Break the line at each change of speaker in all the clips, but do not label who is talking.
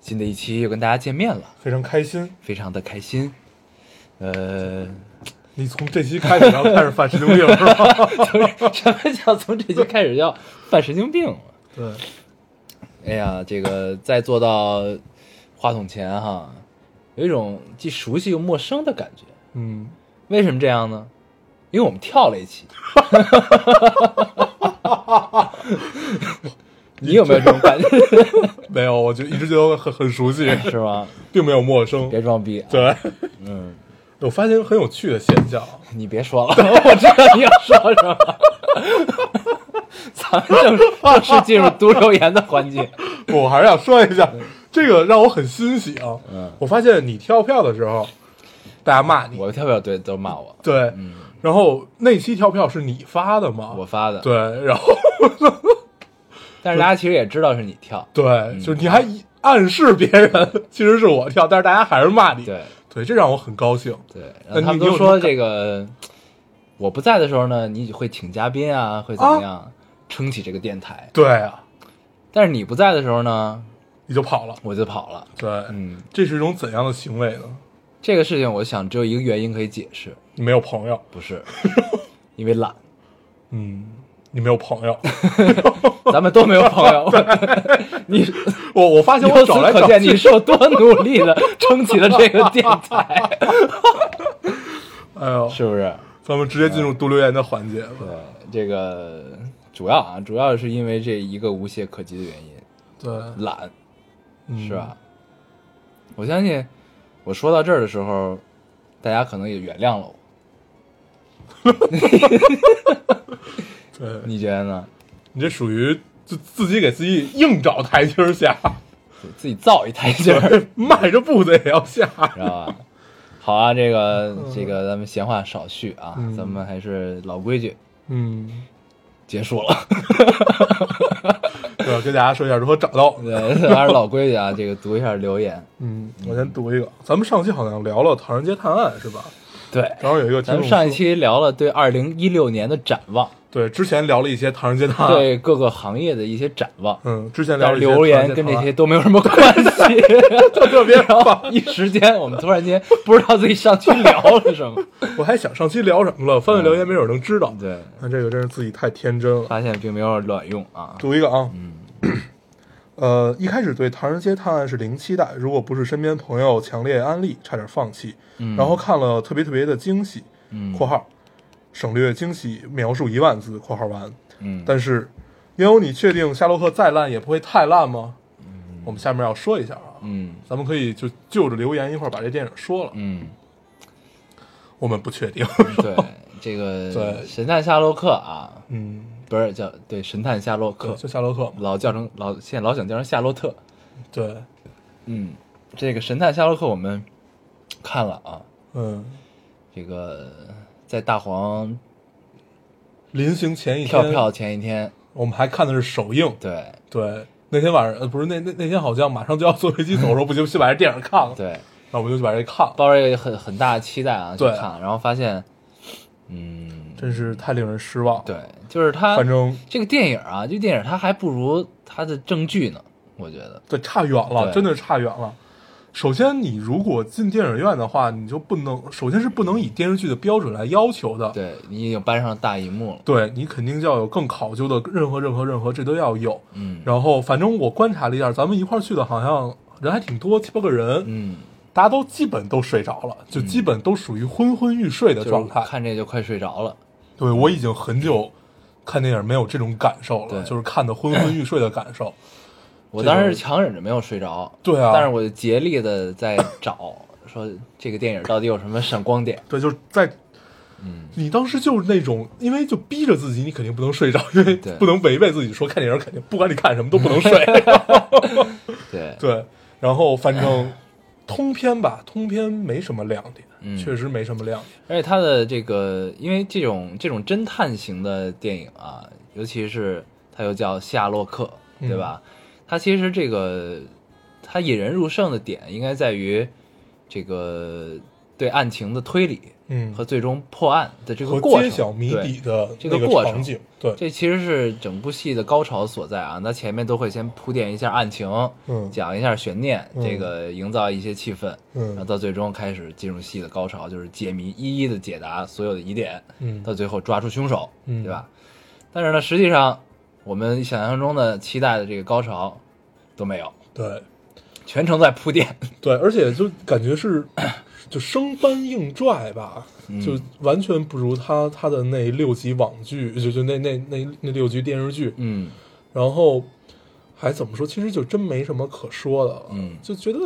新的一期又跟大家见面了，
非常开心。
非常的开心。呃，
你从这期开始要开始犯神经病是吧？
从什么叫 从这期开始要犯神经病了？
对，
哎呀，这个在坐到话筒前哈，有一种既熟悉又陌生的感觉。
嗯，
为什么这样呢？因为我们跳了一期。 你有没有这种感觉？
没有，我就一直觉得很很熟悉，
是吗？
并没有陌生。
别装逼啊，
对，
嗯。
我发现一个很有趣的现象，
你别说了， 我知道你要说什么。咱们正 正式进入读留言的环节。
我还是想说一下，这个让我很欣喜啊。
嗯
我发现你跳票的时候，大家骂你，
我跳票对都骂我，
对，然后那期跳票是你发的吗？
我发的。
啊对，然后，
但是大家其实也知道是你跳嗯
对，就是你还暗示别人其实是我跳，但是大家还是骂你，
对
对，这让我很高兴。
对。然
那
后他们
你有
都
什
说
么感
这个我不在的时候呢，你会请嘉宾啊，会怎么样撑起这个电台。
对啊，
但是你不在的时候呢，
你就跑了。
我就跑了。
对，
嗯，
这是一种怎样的行为呢？
这个事情我想只有一个原因可以解释，
你没有朋友，
不 是因为懒。
嗯，你没有朋友。
咱们都没有朋友， 你
我我发现我
由此
找来
可
找
见，
去，
你是有多努力的撑起了这个电台，
哎呦，
是不是？
咱们直接进入读留言的环节
对
了。，
这个主要啊，主要是因为这一个无懈可击的原因，
对，
懒，
嗯
是吧？？我相信我说到这儿的时候，大家可能也原谅了我，
对，
你觉得呢？
你这属于自自己给自己硬找台阶 儿下，
自己造一 台阶儿，
迈着步子也要下。
知道吧？好啊，这个这个，咱们闲话少叙啊，
嗯
咱们还是老规矩，
嗯，
结束了。
对，跟大家说一下如何找到。
对，还是老规矩啊，这个读一下留言。
嗯，我先读一个。咱们上期好像聊了《唐人街探案》，是吧？
对，
正好有一个听
咱
众
们上一
说
期聊了对二零一六年的展望，
对之前聊了一些《唐人街探案》，
对各个行业的一些展望，
啊嗯，之前聊
但
了
是
一些
留
唐
言
人街
跟
探
这
案
些都没有什么关 系。
特别
然后一时间，我们突然间不知道自己上去聊了什 么。
我还想上期聊什么了，
嗯
翻翻留言没准能知道。
对，
那这个真是自己太天真了。
发现并没有卵用啊。
读一个啊，嗯，呃，一开始对《唐人街探案》是零期待，如果不是身边朋友强烈安利，差点放弃。
嗯
然后看了特别特别的惊喜
嗯
（括号省略惊喜描述一万字）（括号完），
嗯，
但是，因为你确定夏洛克再烂也不会太烂吗？我们下面要说一下啊，
嗯
咱们可以就就着留言一块儿把这电影说了。
嗯，
我们不确定，
对，这个
对
神探夏洛克啊，
嗯，
不是叫对神探夏洛
对，
克，
就夏洛克嘛，
老叫成老现在老想叫成夏洛特。
对，
嗯，这个《神探夏洛克》我们看了啊，
嗯，
这个在大黄
临行前一天
跳票前一天，
我们还看的是首映。
对
对，那天晚上呃不是那那那天好像马上就要坐飞机走的时候，不行，先把这电影看了。，
对，
然后我们就去把这看了，
抱着很很大的期待啊去
对
看，然后发现，嗯，
真是太令人失望。，
对，就是他，
反正
这个电影啊，这电影它还不如它的正剧呢，我觉得，
对差远了，
对
真的是差远了。首先，你如果进电影院的话，你就不能，首先是不能以电视剧的标准来要求的。
对你已经搬上大荧幕了，
对你肯定就要有更考究的，任何任何任何，这都要有。
嗯
然后，反正我观察了一下，咱们一块儿去的，好像人还挺多，七八个人。
嗯，
大家都基本都睡着了，就基本都属于昏昏欲睡的
就是
状态。
看这就快睡着了，
对我已经很久看电影没有这种感受
对嗯
了，就是看的昏昏欲睡的感受。
我
这个
当时强忍着没有睡着，
对啊
但是我就竭力的在找，说这个电影到底有什么闪光点。
对，就是在，
嗯，
你当时就是那种，因为就逼着自己，你肯定不能睡着，因为
对
不能违背自己说看电影 肯定不管你看什么都不能睡。
对，
对，然后反正通篇吧，通篇没什么亮点，
嗯
确实没什么亮点。
而且它的这个，因为这种这种侦探型的电影啊，尤其是它又叫夏洛克，
嗯
对吧？它其实这个它引人入胜的点，应该在于这个对案情的推理
嗯，
和最终破案的这个
和
过程，
揭晓谜
对
底的
这
那
个过
场
程
景，对，
这其实是整部戏的高潮所在啊！那前面都会先铺垫一下案情，
嗯
讲一下悬念，
嗯
这个营造一些气氛，然后
嗯
到最终开始进入戏的高潮，就是解谜，一一的解答所有的疑点，
嗯
到最后抓住凶手，
嗯
对吧？但是呢，实际上我们想象中的期待的这个高潮都没有，
对
全程在铺垫。
对，而且就感觉是就生搬硬拽吧，
嗯
就完全不如他他的那六集网剧，就就那那那那六集电视剧，
嗯
然后还怎么说？其实就真没什么可说的了，
嗯
就觉得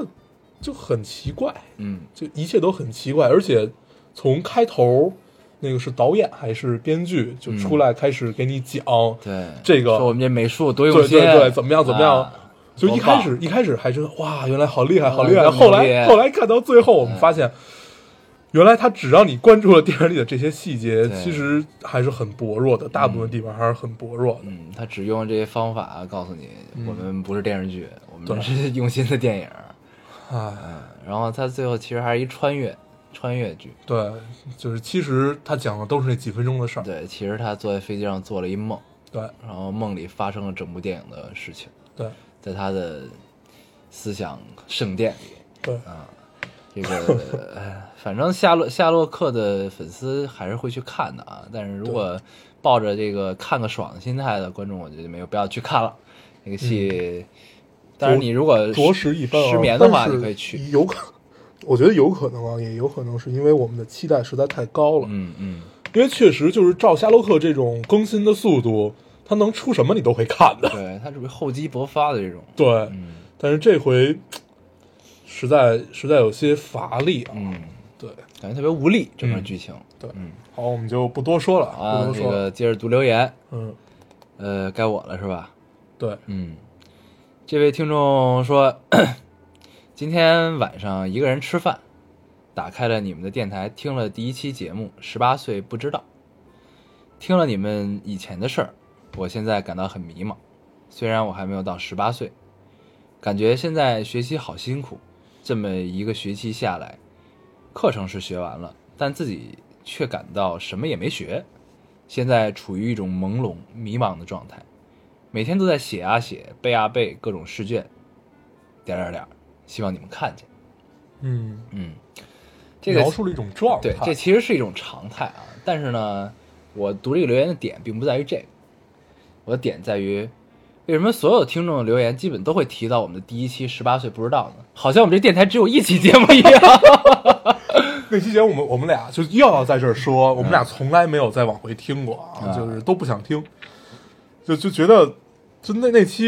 就很奇怪，
嗯
就一切都很奇怪，而且从开头那个是导演还是编剧就出来开始给你讲，
嗯对，
这个
说我们这美术多用
对
心，
对对，怎么样怎么样。
啊
就一开
多
始一开始还觉得哇，原来好厉害，好厉
这
害。
么
后
努力
来后来看到最后，我
嗯
们发现，原来他只让你关注了电影里的这些细节，
对
其实还是很薄弱的，大部分地方还是很薄弱的。
嗯，他只用这些方法告诉你，我们不是电视剧，我
对
们是用心的电影。嗯
唉，
然后他最后其实还是一穿越穿越剧。
对，就是其实他讲的都是那几分钟的事儿。
对，其实他坐在飞机上做了一梦，
对
然后梦里发生了整部电影的事情，
对
在他的思想圣殿里。
对，
啊这个，哎反正夏洛夏洛克的粉丝还是会去看的啊。但是如果抱着这个看个爽的心态的观众，我觉得没有必要去看了。这个戏，当然你如果
嗯着实一般啊。
失眠的话，
但是
你可以去。
有可， 我觉得有可能啊，也有可能是因为我们的期待实在太高了。
嗯嗯，
因为确实就是照夏洛克这种更新的速度，他能出什么你都会看的。
对，它属于厚积薄发的这种。
对，
嗯
但是这回实在实在有些乏力啊。
嗯，
对，
感觉特别无力，整个剧情。
好，我们就嗯不多说了，
好啊，
不多
这
说了。
个接着读留言，
嗯，
呃，该我了是吧？
对，
嗯，这位听众说， 今天晚上一个人吃饭，打开了你们的电台，听了第一期节目《十八岁不知道》，听了你们以前的事儿，我现在感到很迷茫。虽然我还没有到十八岁，感觉现在学习好辛苦。这么一个学期下来，课程是学完了，但自己却感到什么也没学，现在处于一种朦胧、迷茫的状态。每天都在写啊写，背啊背各种试卷，点儿点儿点儿，希望你们看见。
嗯，
嗯，这个
描述了一种状态。
对，这其实是一种常态啊。但是呢，我读这个留言的点并不在于这个，我的点在于为什么所有听众的留言基本都会提到我们的第一期十八岁不知道呢？好像我们这电台只有一期节目一样。
那期节目我们我们俩就又要在这儿说，我们俩从来没有再往回听过啊，
嗯
就是都不想听，就就觉得就那那期，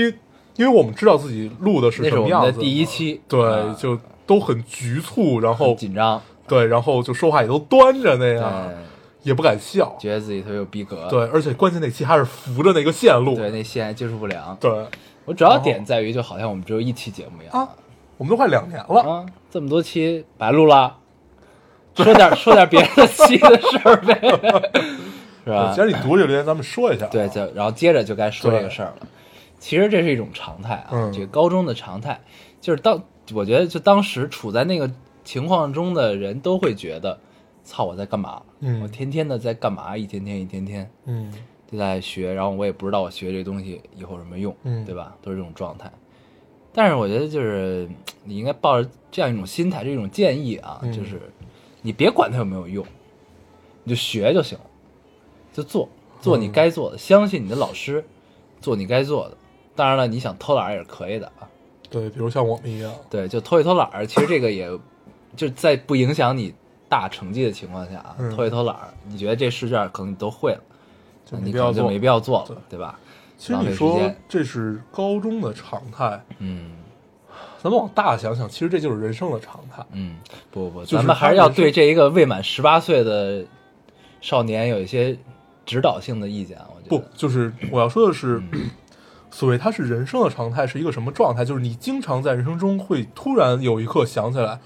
因为我们知道自己录的是
那
什
是我们
么样子
的
嘛，
第一期，
对，
啊
就都很局促，然后
紧张，
对，然后就说话也都端着那
对，
样，也不敢笑，
觉得自己特别有逼格，
啊对，而且关键那期还是扶着那个线路，
对，那线接触不良。
对
我主要
然后
点在于，就好像我们只有一期节目一样
啊，我们都快两年了，
啊，这么多期白录了，说点说点别的期的事儿 呗，是
对
吧
既？然你读这个留言，咱们说一下啊，
对，就然后接着就该说这个
对
事儿了。其实这是一种常态啊，
嗯
这个高中的常态，就是当我觉得就当时处在那个情况中的人都会觉得，操，我在干嘛？
嗯
我天天的在干嘛？一天天一天天
嗯
就在学，然后我也不知道我学这东西以后有什么用，
嗯
对吧？都是这种状态。但是我觉得就是嗯你应该抱着这样一种心态，这种建议啊，
嗯
就是你别管它有没有用，你就学就行了，就做做
嗯
你该做的，相信你的老师，做你该做的。当然了，你想偷懒儿也是可以的啊，
对，比如像我们一样，
对，就偷一偷懒儿，其实这个也就在不影响你大成绩的情况下啊，
嗯
偷一偷懒儿，你觉得这试卷儿可能你都会了，
就
那
没
你可
必要
能
做
就没必要做了
对，
对吧？
其实
浪费
你
时
说
间
这是高中的常态，
嗯
咱们往大想想，其实这就是人生的常态。
嗯，不不，
就是
咱们还是
他
要
们
对
是
这一个未满十八岁的少年有一些指导性的意见啊，我觉
不
得。，嗯
就是我要说的是， 所谓它是人生的常态是一个什么状态？就是你经常在人生中会突然有一刻想起来，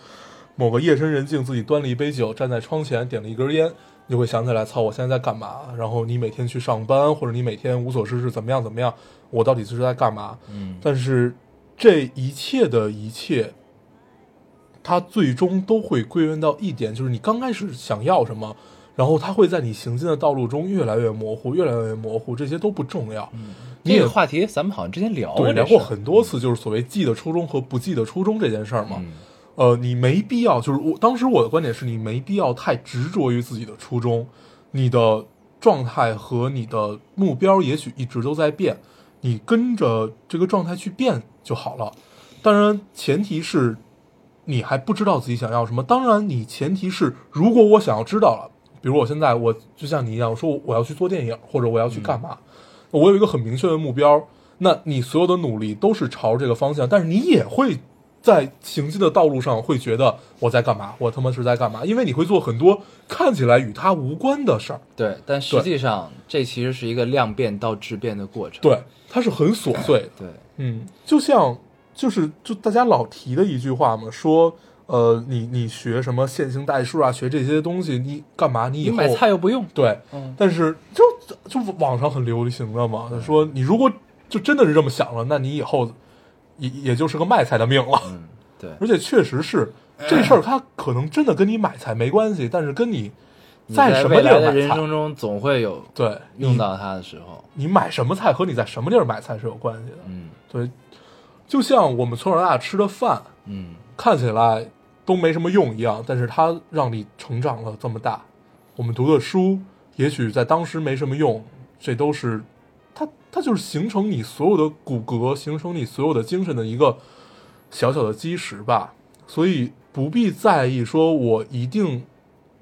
某个夜深人静，自己端了一杯酒，站在窗前点了一根烟，你就会想起来，操，我现在在干嘛？然后你每天去上班，或者你每天无所事事，怎么样怎么样？我到底是在干嘛？
嗯
但是这一切的一切，它最终都会归源到一点，就是你刚开始想要什么，然后它会在你行进的道路中越来越模糊，越来越模糊，这些都不重要。你
这
也
个话题咱们好像之前聊过
对
这事儿，
聊过很多次，就是所谓记的初衷和不记的初衷这件事儿嘛。
嗯
呃，你没必要，就是我当时我的观点是你没必要太执着于自己的初衷，你的状态和你的目标也许一直都在变，你跟着这个状态去变就好了。当然，前提是你还不知道自己想要什么。当然，你前提是如果我想要知道了，比如我现在我就像你一样，我说我要去做电影，或者我要去干嘛，我有一个很明确的目标，那你所有的努力都是朝这个方向，但是你也会在行进的道路上会觉得我在干嘛，我他妈是在干嘛，因为你会做很多看起来与它无关的事儿。
对，但实际上这其实是一个量变到质变的过程。
对，它是很琐碎的。
对，
嗯，就像就是就大家老提的一句话嘛，说呃，你你学什么线性代数啊，学这些东西，你干嘛？你以
你
后
买菜又不用，
对，
嗯
但是就就网上很流行的嘛，他说你如果就真的是这么想了，那你以后也也就是个卖菜的命了。
嗯，对，
而且确实是这事儿，它可能真的跟你买菜没关系，但是跟你
你在
什么
未
地
来
儿
的
买
人
菜，
生中总会有
对，
用
你
到它的时候。
你买什么菜和你在什么地儿买菜是有关系的。
嗯
对，就像我们从小到大吃的饭，
嗯，
看起来都没什么用一样，但是它让你成长了这么大。我们读的书，也许在当时没什么用，这都是它，它就是形成你所有的骨骼，形成你所有的精神的一个小小的基石吧。所以不必在意说我一定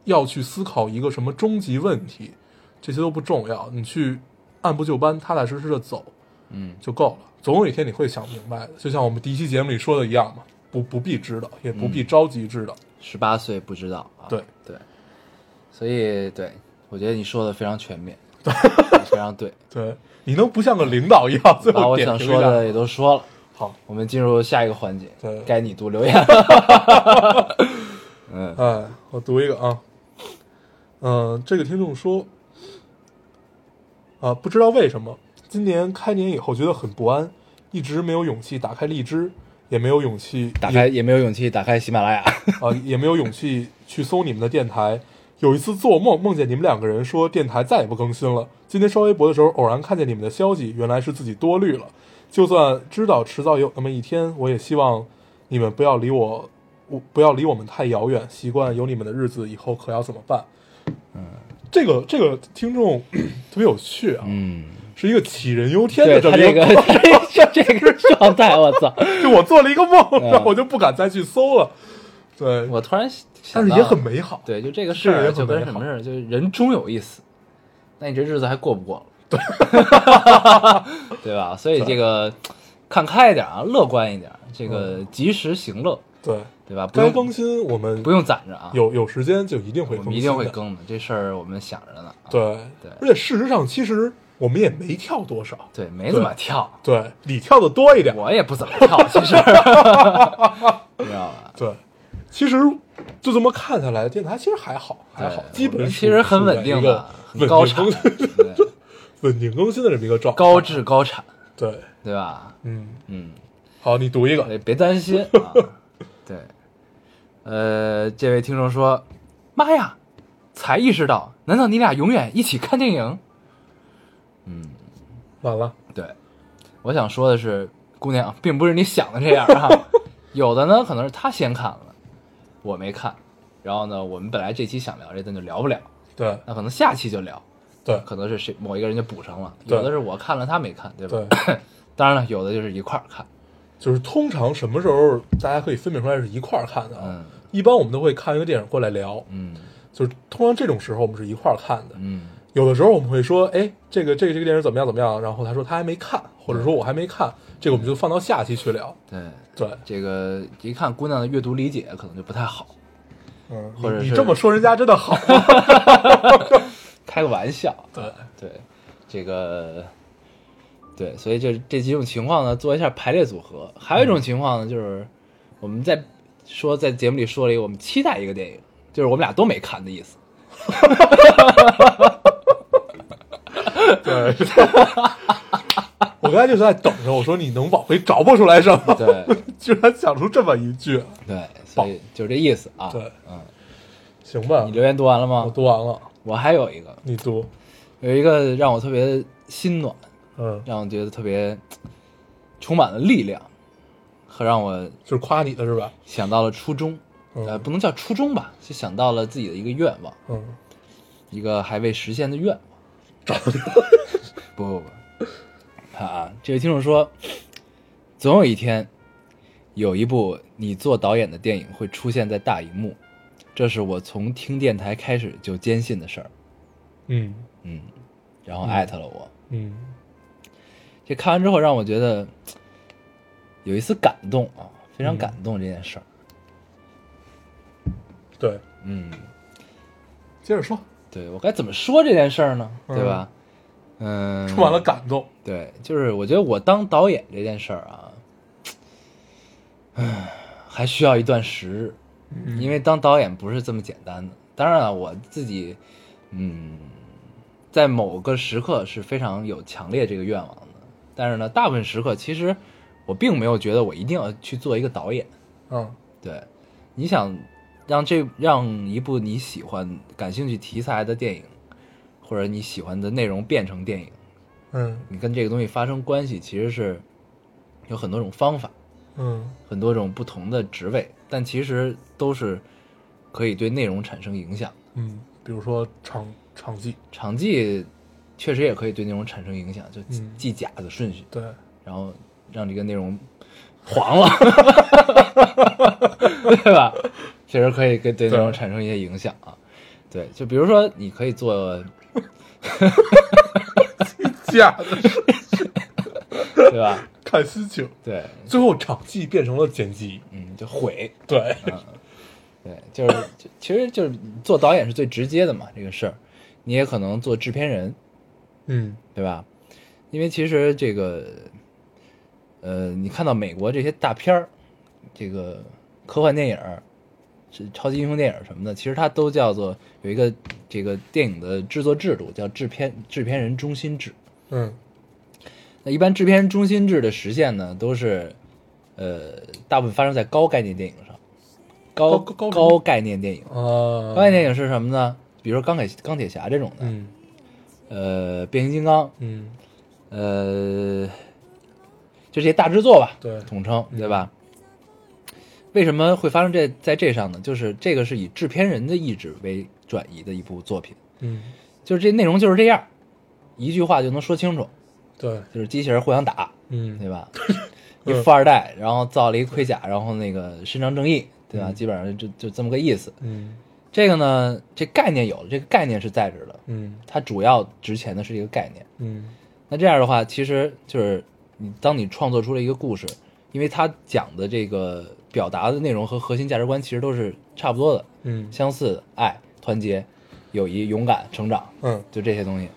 要去思考一个什么终极问题，这些都不重要。你去按部就班、踏踏实实的走，
嗯，
就够了。总有一天你会想明白的，就像我们第一期节目里说的一样嘛，不不必知道，也不必着急知道。
十八岁不知道啊。
对
对，所以对我觉得你说的非常全 面，对，非常对，
对，你能不像个领导一样，最
把
后
我
点
想
评
说
一下
的也都说了。
好，
我们进入下一个环节
对，
该你读留 言。嗯
哎，我读一个啊，嗯、这个听众说，啊，不知道为什么，今年开年以后觉得很不安，一直没有勇气打开荔枝，也没有勇气
打开也没有勇气打开喜马拉雅。
啊、也没有勇气去搜你们的电台。有一次做梦，梦见你们两个人说电台再也不更新了。今天刷微博的时候，偶然看见你们的消息，原来是自己多虑了。就算知道迟早有那么一天，我也希望你们不要离我，我不要离我们太遥远。习惯有你们的日子，以后可要怎么办？嗯，这个这个听众 特别有趣啊，
嗯，
是一个杞人忧天
对
的这
他
么
这
一
个 这这个状态，我 操！
就我做了一个梦，
嗯
然后我就不敢再去搜了。对，
我突然想
但是
到
也很美好。
对，就这个事
这个
儿，
也
就
很
跟
美
什
好
么事儿，就是人终有一死，那你这日子还过不过了？ 对，对吧？所以这个看开一点啊，乐观一点，这个
嗯
及时行乐，
对，
对吧？不
该
用
更新我们
不用攒着啊，
有有时间就一定会
我
更
们
新，
一定会。更的，这事儿我们想着呢。啊
对
对
而且事实上，其实我们也没跳多少，
对，没怎么跳，
对你跳的多一点，
我也不怎么 跳，其实，啊你知道吧？
对，其实就这么看下来，电台其实还好，还好，
对
基
我
本
们
属
其实很稳定的，
属
很
于一个
高
稳定
产，
更新、
对
稳定更新的这么一个状态。
高质高产，
对，
对吧？
嗯，
嗯。
好，你读一个，
对，别担心啊。对，呃，这位听众说：“妈呀，才意识到，难道你俩永远一起看电影
完了，？”
对，我想说的是，姑娘，并不是你想的这样啊。 有的呢，可能是他先看了，我没看。然后呢，我们本来这期想聊这，但就聊不了，
对
那可能下期就聊，
对
可能是谁某一个人就补上了。
对
有的是我看了，他没看，对吧？
对，
当然了，有的就是一块儿看。
就是通常什么时候大家可以分辨出来是一块儿看的啊？
嗯
一般我们都会看一个电影过来聊，
嗯
就是通常这种时候我们是一块儿看的。
嗯，
有的时候我们会说，哎，这个这个这个电影怎么样怎么样，然后他说他还没看，或者说我还没看，这个我们就放到下期去聊。
对，
对，
这个一看姑娘的阅读理解可能就不太好。
嗯，
或者
你
是
你这么说人家真的好 吗，
开个玩笑。
对
对，这个对，所以这这几种情况呢，做一下排列组合。还有一种情况呢，就是我们在说在节目里说了一个我们期待一个电影，就是我们俩都没看的意思。
对， 我刚才就是在等着，我说你能往回找不出来什么，
对
居然想出这么一句，
对，所以就是这意思啊。
对，
嗯，
行吧
你？留啊言读完了
我
吗？
读完了，
我还有一个，
你读，
有一个让我特别心暖，
嗯，
让我觉得特别充满了力量，和让我
就是夸你的是吧？
想到了初衷，
嗯
呃，不能叫初衷吧，就想到了自己的一个愿望，
嗯，
一个还未实现的愿望。不不不，看啊，这位听众说，总有一天，有一部你做导演的电影会出现在大荧幕，这是我从听电台开始就坚信的事儿。
嗯
嗯，然后艾特了我。
嗯
这看完之后让我觉得有一丝感动啊，非常感动这件事儿。
对，
嗯，
接着说，
对我该怎么说这件事儿呢？
嗯
对吧？嗯，
充满了感动，
对，就是我觉得我当导演这件事儿啊，唉，还需要一段时日，因为当导演不是这么简单的。当然了，我自己，嗯，在某个时刻是非常有强烈这个愿望的，但是呢，大部分时刻其实我并没有觉得我一定要去做一个导演。
嗯
对，你想让这让一部你喜欢、感兴趣题材的电影，或者你喜欢的内容变成电影，
嗯
你跟这个东西发生关系，其实是有很多种方法，
嗯
很多种不同的职位，但其实都是可以对内容产生影响的。
嗯，比如说场场记，
场记确实也可以对内容产生影响，就
嗯
记甲的顺序，
对，
然后让这个内容黄了， 对吧？确实可以跟对内容产生一些影响啊。对，就比如说，你可以做，
假的，
对 吧？
看心情，
对，
最后场记变成了剪辑，啊
嗯，就毁，
对，
对，就是就其实就是做导演是最直接的嘛，这个事儿，你也可能做制片人，
嗯
对吧？因为其实这个，呃，你看到美国这些大片儿，这个科幻电影儿、是超级英雄电影儿什么的，其实它都叫做有一个这个电影的制作制度叫制片制片人中心制。
嗯
那一般制片人中心制的实现呢，都是呃大部分发生在高概念电影上，高
高高
高概念电影。
啊，
高概念电影是什么呢？比如说钢铁钢铁侠这种的，
嗯
呃，变形金刚，
嗯
呃，就这些大制作吧，
对
统称对吧？为什么会发生这在这上呢？就是这个是以制片人的意志为转移的一部作品，
嗯，
就是这内容就是这样，一句话就能说清楚，
对，
就是机器人互相打，
嗯
对吧？一
嗯
富二代，然后造了一盔甲，然后那个伸张正义，对吧？基本上就就这么个意思。
嗯
这个呢，这概念有了，这个概念是在这儿的，
嗯
它主要值钱的是一个概念。
嗯
那这样的话，其实就是你当你创作出了一个故事，因为它讲的这个表达的内容和核心价值观其实都是差不多的、
嗯
相似的，爱、团结、友谊、勇敢、成长，
嗯
就这些东西。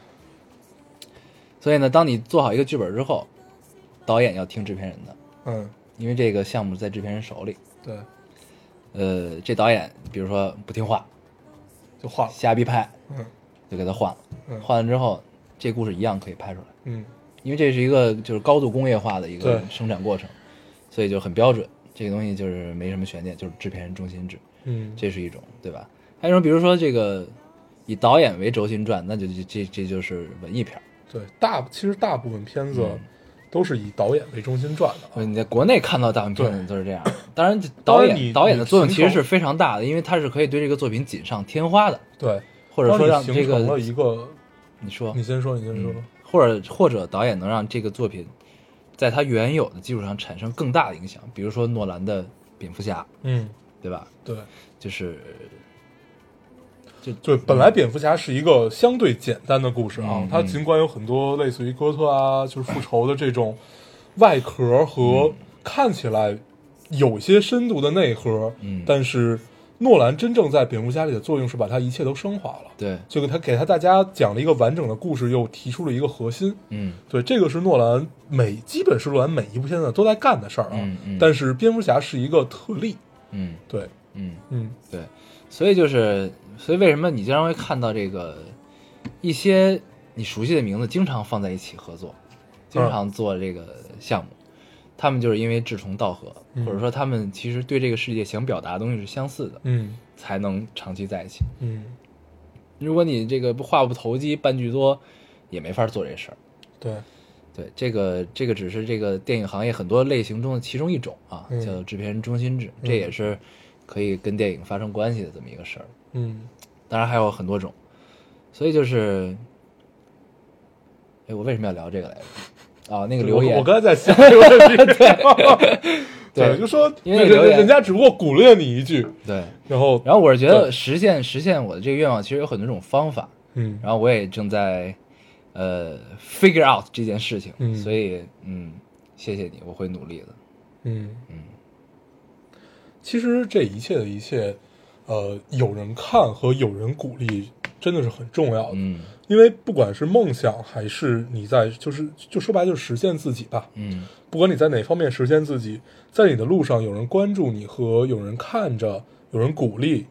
所以呢，当你做好一个剧本之后，导演要听制片人的，
嗯，
因为这个项目在制片人手里。
对，
呃，这导演比如说不听话，
就画了，
瞎逼拍，
嗯
就给他换了。
嗯
换了之后，这故事一样可以拍出来。
嗯
因为这是一个就是高度工业化的一个
对
生产过程，所以就很标准。这个东西就是没什么悬念，就是制片人中心制，
嗯，
这是一种，对吧？还有一种，比如说这个以导演为轴心传，那就这这这就是文艺片儿。
对，大其实大部分片子都是以导演为中心转的啊，
所以你在国内看到大部分片子都是这样的。当然，
当
导
然
演
你
导演的作用其实
你形
是
成
非常大的，因为它是可以对这个作品锦上添花的，
对，
或者说让
当
这
你形成了
个
一个，
你说
你先说，你先说，
或者或者导演能让这个作品在它原有的基础上产生更大的影响，比如说诺兰的蝙蝠侠，
嗯，
对吧？
对。
就是就
对，本来蝙蝠侠是一个相对简单的故事啊，
嗯
它尽管有很多类似于哥特啊，就是复仇的这种外
嗯
壳和看起来有些深度的内核，
嗯
但是诺兰真正在蝙蝠侠里的作用是把他一切都升华了，
对，
就给他给他大家讲了一个完整的故事，又提出了一个核心。
嗯
对，这个是诺兰每基本是诺兰每一部片子都在干的事儿啊。
嗯嗯
但是蝙蝠侠是一个特例。
嗯
对，
嗯，
嗯，
对，所以就是，所以为什么你经常会看到这个一些你熟悉的名字经常放在一起合作，经常做这个项目，他们就是因为志同道合，
嗯
或者说他们其实对这个世界想表达的东西是相似的，
嗯
才能长期在一起。
嗯，
如果你这个不话不投机半句多，也没法做这事儿。
对，
对，这个这个只是这个电影行业很多类型中的其中一种啊，
嗯
叫制片人中心制，这也是可以跟电影发生关系的这么一个事儿。
嗯
当然还有很多种，所以就是，哎，我为什么要聊这个来着？啊，那个留言，
我我刚才在想这个 问题
对
就说
因为
人
留言
人家只不过鼓励了你一句，
对，
然后
然后我是觉得
对
实现实现我的这个愿望，其实有很多种方法，
嗯
然后我也正在呃 figure out 这件事情，
嗯
所以嗯，谢谢你，我会努力的，
嗯
嗯，
其实这一切的一切，呃，有人看和有人鼓励真的是很重要的，
嗯
因为不管是梦想还是你在就是就说白了就是实现自己吧，
嗯
不管你在哪方面实现自己，在你的路上有人关注你和有人看着，有人鼓励，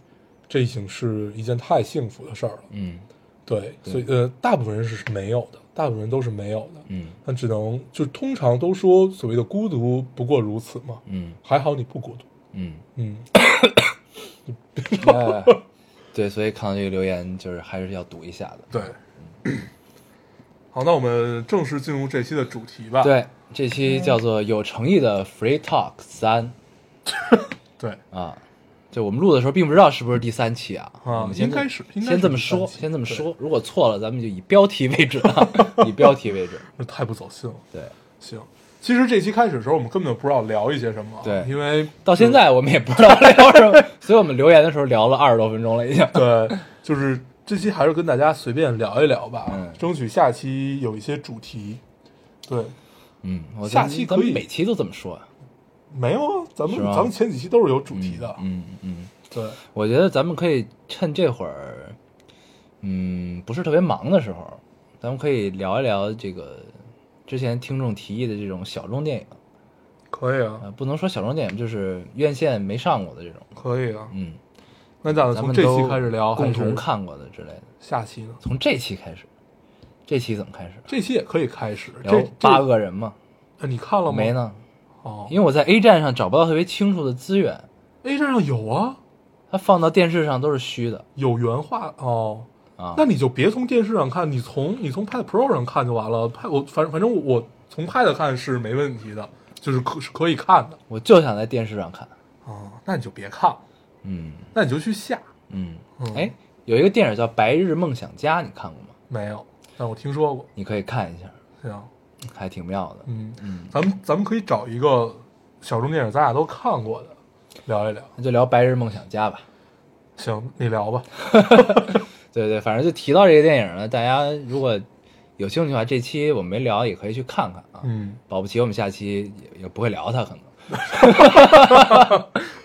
这已经是一件太幸福的事儿了。
嗯
对，所以呃，大部分人是没有的，大部分人都是没有的，
嗯
那只能就通常都说所谓的孤独不过如此嘛，
嗯
还好你不孤独，
嗯，
嗯，
哎 对，所以看到这个留言，就是还是要读一下的。
对。好，那我们正式进入这期的主题吧。
对，这期叫做有诚意的 Free Talk 三
对，
啊，就我们录的时候并不知道是不是第三期啊，
啊
我们先
应该是应该是
先这么
第三
说，
期
先这么
对
说，如果错了咱们就以标题为准 啊，以标题为准，
这太不走心了。
对，
行，其实这期开始的时候，我们根本就不知道聊一些什么啊，
对
因为
到现在我们也不知道聊什么， 所以我们留言的时候聊了二十多分钟了已经，
对，就是这期还是跟大家随便聊一聊吧，
嗯
争取下期有一些主题。对，
嗯，我
下
咱
期
咱
可
们
以
每期都这么说啊，
没有啊，咱们
是吗
咱们前几期都是有主题的，
嗯嗯，
对，
我觉得咱们可以趁这会儿，嗯，不是特别忙的时候，咱们可以聊一聊这个之前听众提议的这种小众电影。
可以啊，
呃，不能说小众电影，就是院线没上过的这种，
可以啊。
嗯，
那咱们
咱
呃从
们
这
都
期开始聊，
共
还是
同看过的之类的。
下期呢？
从这期开始，这期怎么开始？
这期也可以开始。这
聊八
个，
恶人嘛？
呃你看了吗？
没。呢，
哦
因为我在 A 站上找不到特别清楚的资源，
，A 站上有啊，
它放到电视上都是虚的
有原画哦。
啊。
那你就别从电视上看，你从你从 Pad Pro 上看就完了。拍我反正反正我我从 Pad 看是没问题的，就是可是可以看的。
我就想在电视上看。
哦，那你就别看了，
嗯
那你就去下。
嗯
嗯，
哎，有一个电影叫《白日梦想家》，你看过吗？
没有，但我听说过。
你可以看一下，
行，
还挺妙的。
嗯，
嗯，
咱们咱们可以找一个小众电影，咱俩都看过的，聊一聊。
那就聊《白日梦想家》吧。
行，你聊吧。
对对，反正就提到这个电影了，大家如果有兴趣的话，这期我们没聊也可以去看看啊。
嗯，
保不齐我们下期也也不会聊它， 可能，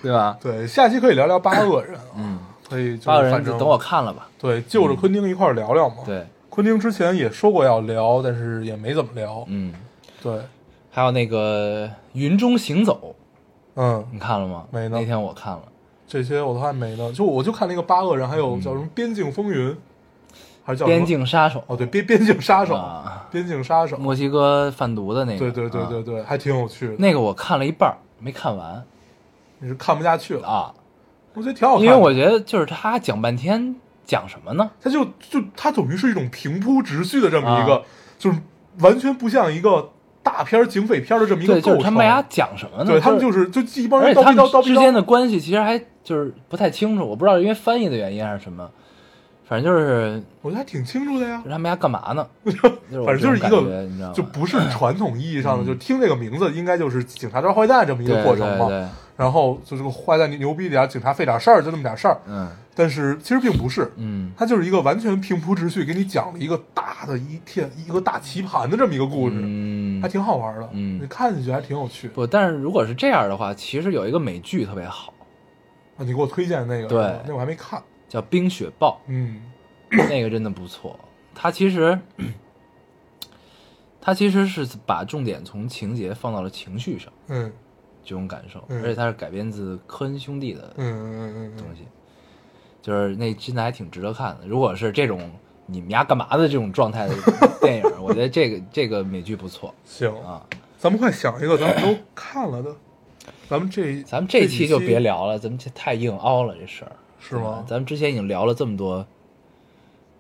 对吧？
对，下期可以聊聊八恶人啊。嗯， 可以就是
八个
反
人
正
等我看了吧。
对，就着昆汀一块儿聊聊嘛。，
对，
昆汀之前也说过要聊，但是也没怎么聊。
嗯，
对，
还有那个《云中行走》，
嗯，
你看了吗？
没呢
那天我看了，
这些我都还没呢，就我就看那个八恶人，还
嗯
有叫什么《边境风云》，还是叫
《
什么
边境杀手》
哦，对，边边境杀手，
啊
边境杀手，
墨西哥贩毒的那个，
对对对
啊
对对，还挺有趣的。
那个我看了一半儿没看完
你是看不下去了，
啊，
我觉得挺好看
因
的，
为我觉得就是他讲半天讲什么呢？
它就就它等于是一种平铺直叙的这么一个，
啊
就是完全不像一个大片儿警匪片儿的这么一
对，
个
就
构
是他
成。
们俩讲什么呢？
对他们
是。
就是就一帮
而
人
且
叨
他
逼叨叨
们
逼
之间
叨，
的关系其实还就是不太清楚，我不知道因为翻译的原因还是什么，反正就是
我觉得还挺清楚的呀。
他们家干嘛 呢？
反正就是一
个，你知道
个
吗
就不是传统意义上的，就听这个名字应该就是警察抓坏蛋这么一
嗯对
个过程嘛。
对对，
然后就这个坏蛋牛逼点儿，警察费点事儿，就那么点事儿。
嗯
但是其实并不是，
嗯
它就是一个完全平铺直叙，给你讲了一个大的一天一个大棋盘的这么一个故事，还
嗯，
挺好玩的。
嗯
你看进去还挺有趣。
不，但是如果是这样的话，其实有一个美剧特别好，
啊，你给我推荐那个，
对
那我还没看，
叫《冰雪暴》，
嗯
那个真的不错。它其实，它其实是把重点从情节放到了情绪上，
嗯
这种感受，
嗯
而且它是改编自科恩兄弟的
嗯嗯嗯
东
嗯
西，就是那真的还挺值得看的。如果是这种你们家干嘛的这种状 态的电影，我觉得这个这个美剧不错
行，
啊。
咱们快想一个咱们都看了的，咱们这
咱们这期
几
就别聊了，咱们这太硬凹了这事儿，
是吗？
咱们之前已经聊了这么多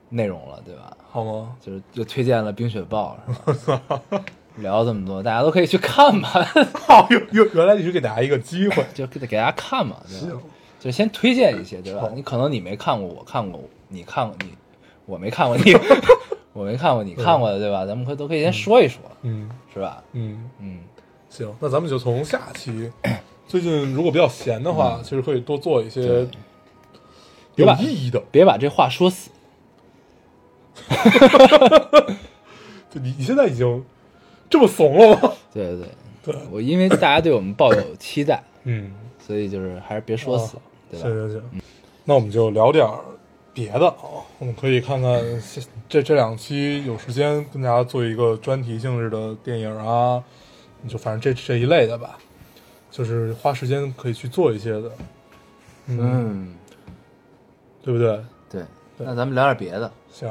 内容了，对吧？
好吗？
就是又推荐了《冰雪暴》，是吧？ 聊了这么多，大家都可以去看吧，
好，原原原来你是给大家一个机会，
就给给大家看嘛，对吧
行？
就先推荐一些，对吧
好？
你可能你没看过，我看过，你看过你，我没看过 你，我没看过你看过的，对吧？咱们可以都可以先说一说，
嗯
是吧？
嗯，
嗯，
行，那咱们就从下期，最近如果比较闲的话，
嗯
其实可以多做一些有
吧
意义的。
别把这话说死，
就你你现在已经这么怂了吗？
对对对。我因为大家对我们抱有期待，
嗯，
所以就是还是别说死
哦，
对
行
吧？
行行，那我们就聊点儿别的啊，我们可以看看这这这两期有时间跟大家做一个专题性质的电影啊，就反正这这一类的吧，就是花时间可以去做一些的，嗯，
嗯，
对不对？
对。
对
那咱们聊点别的，
行，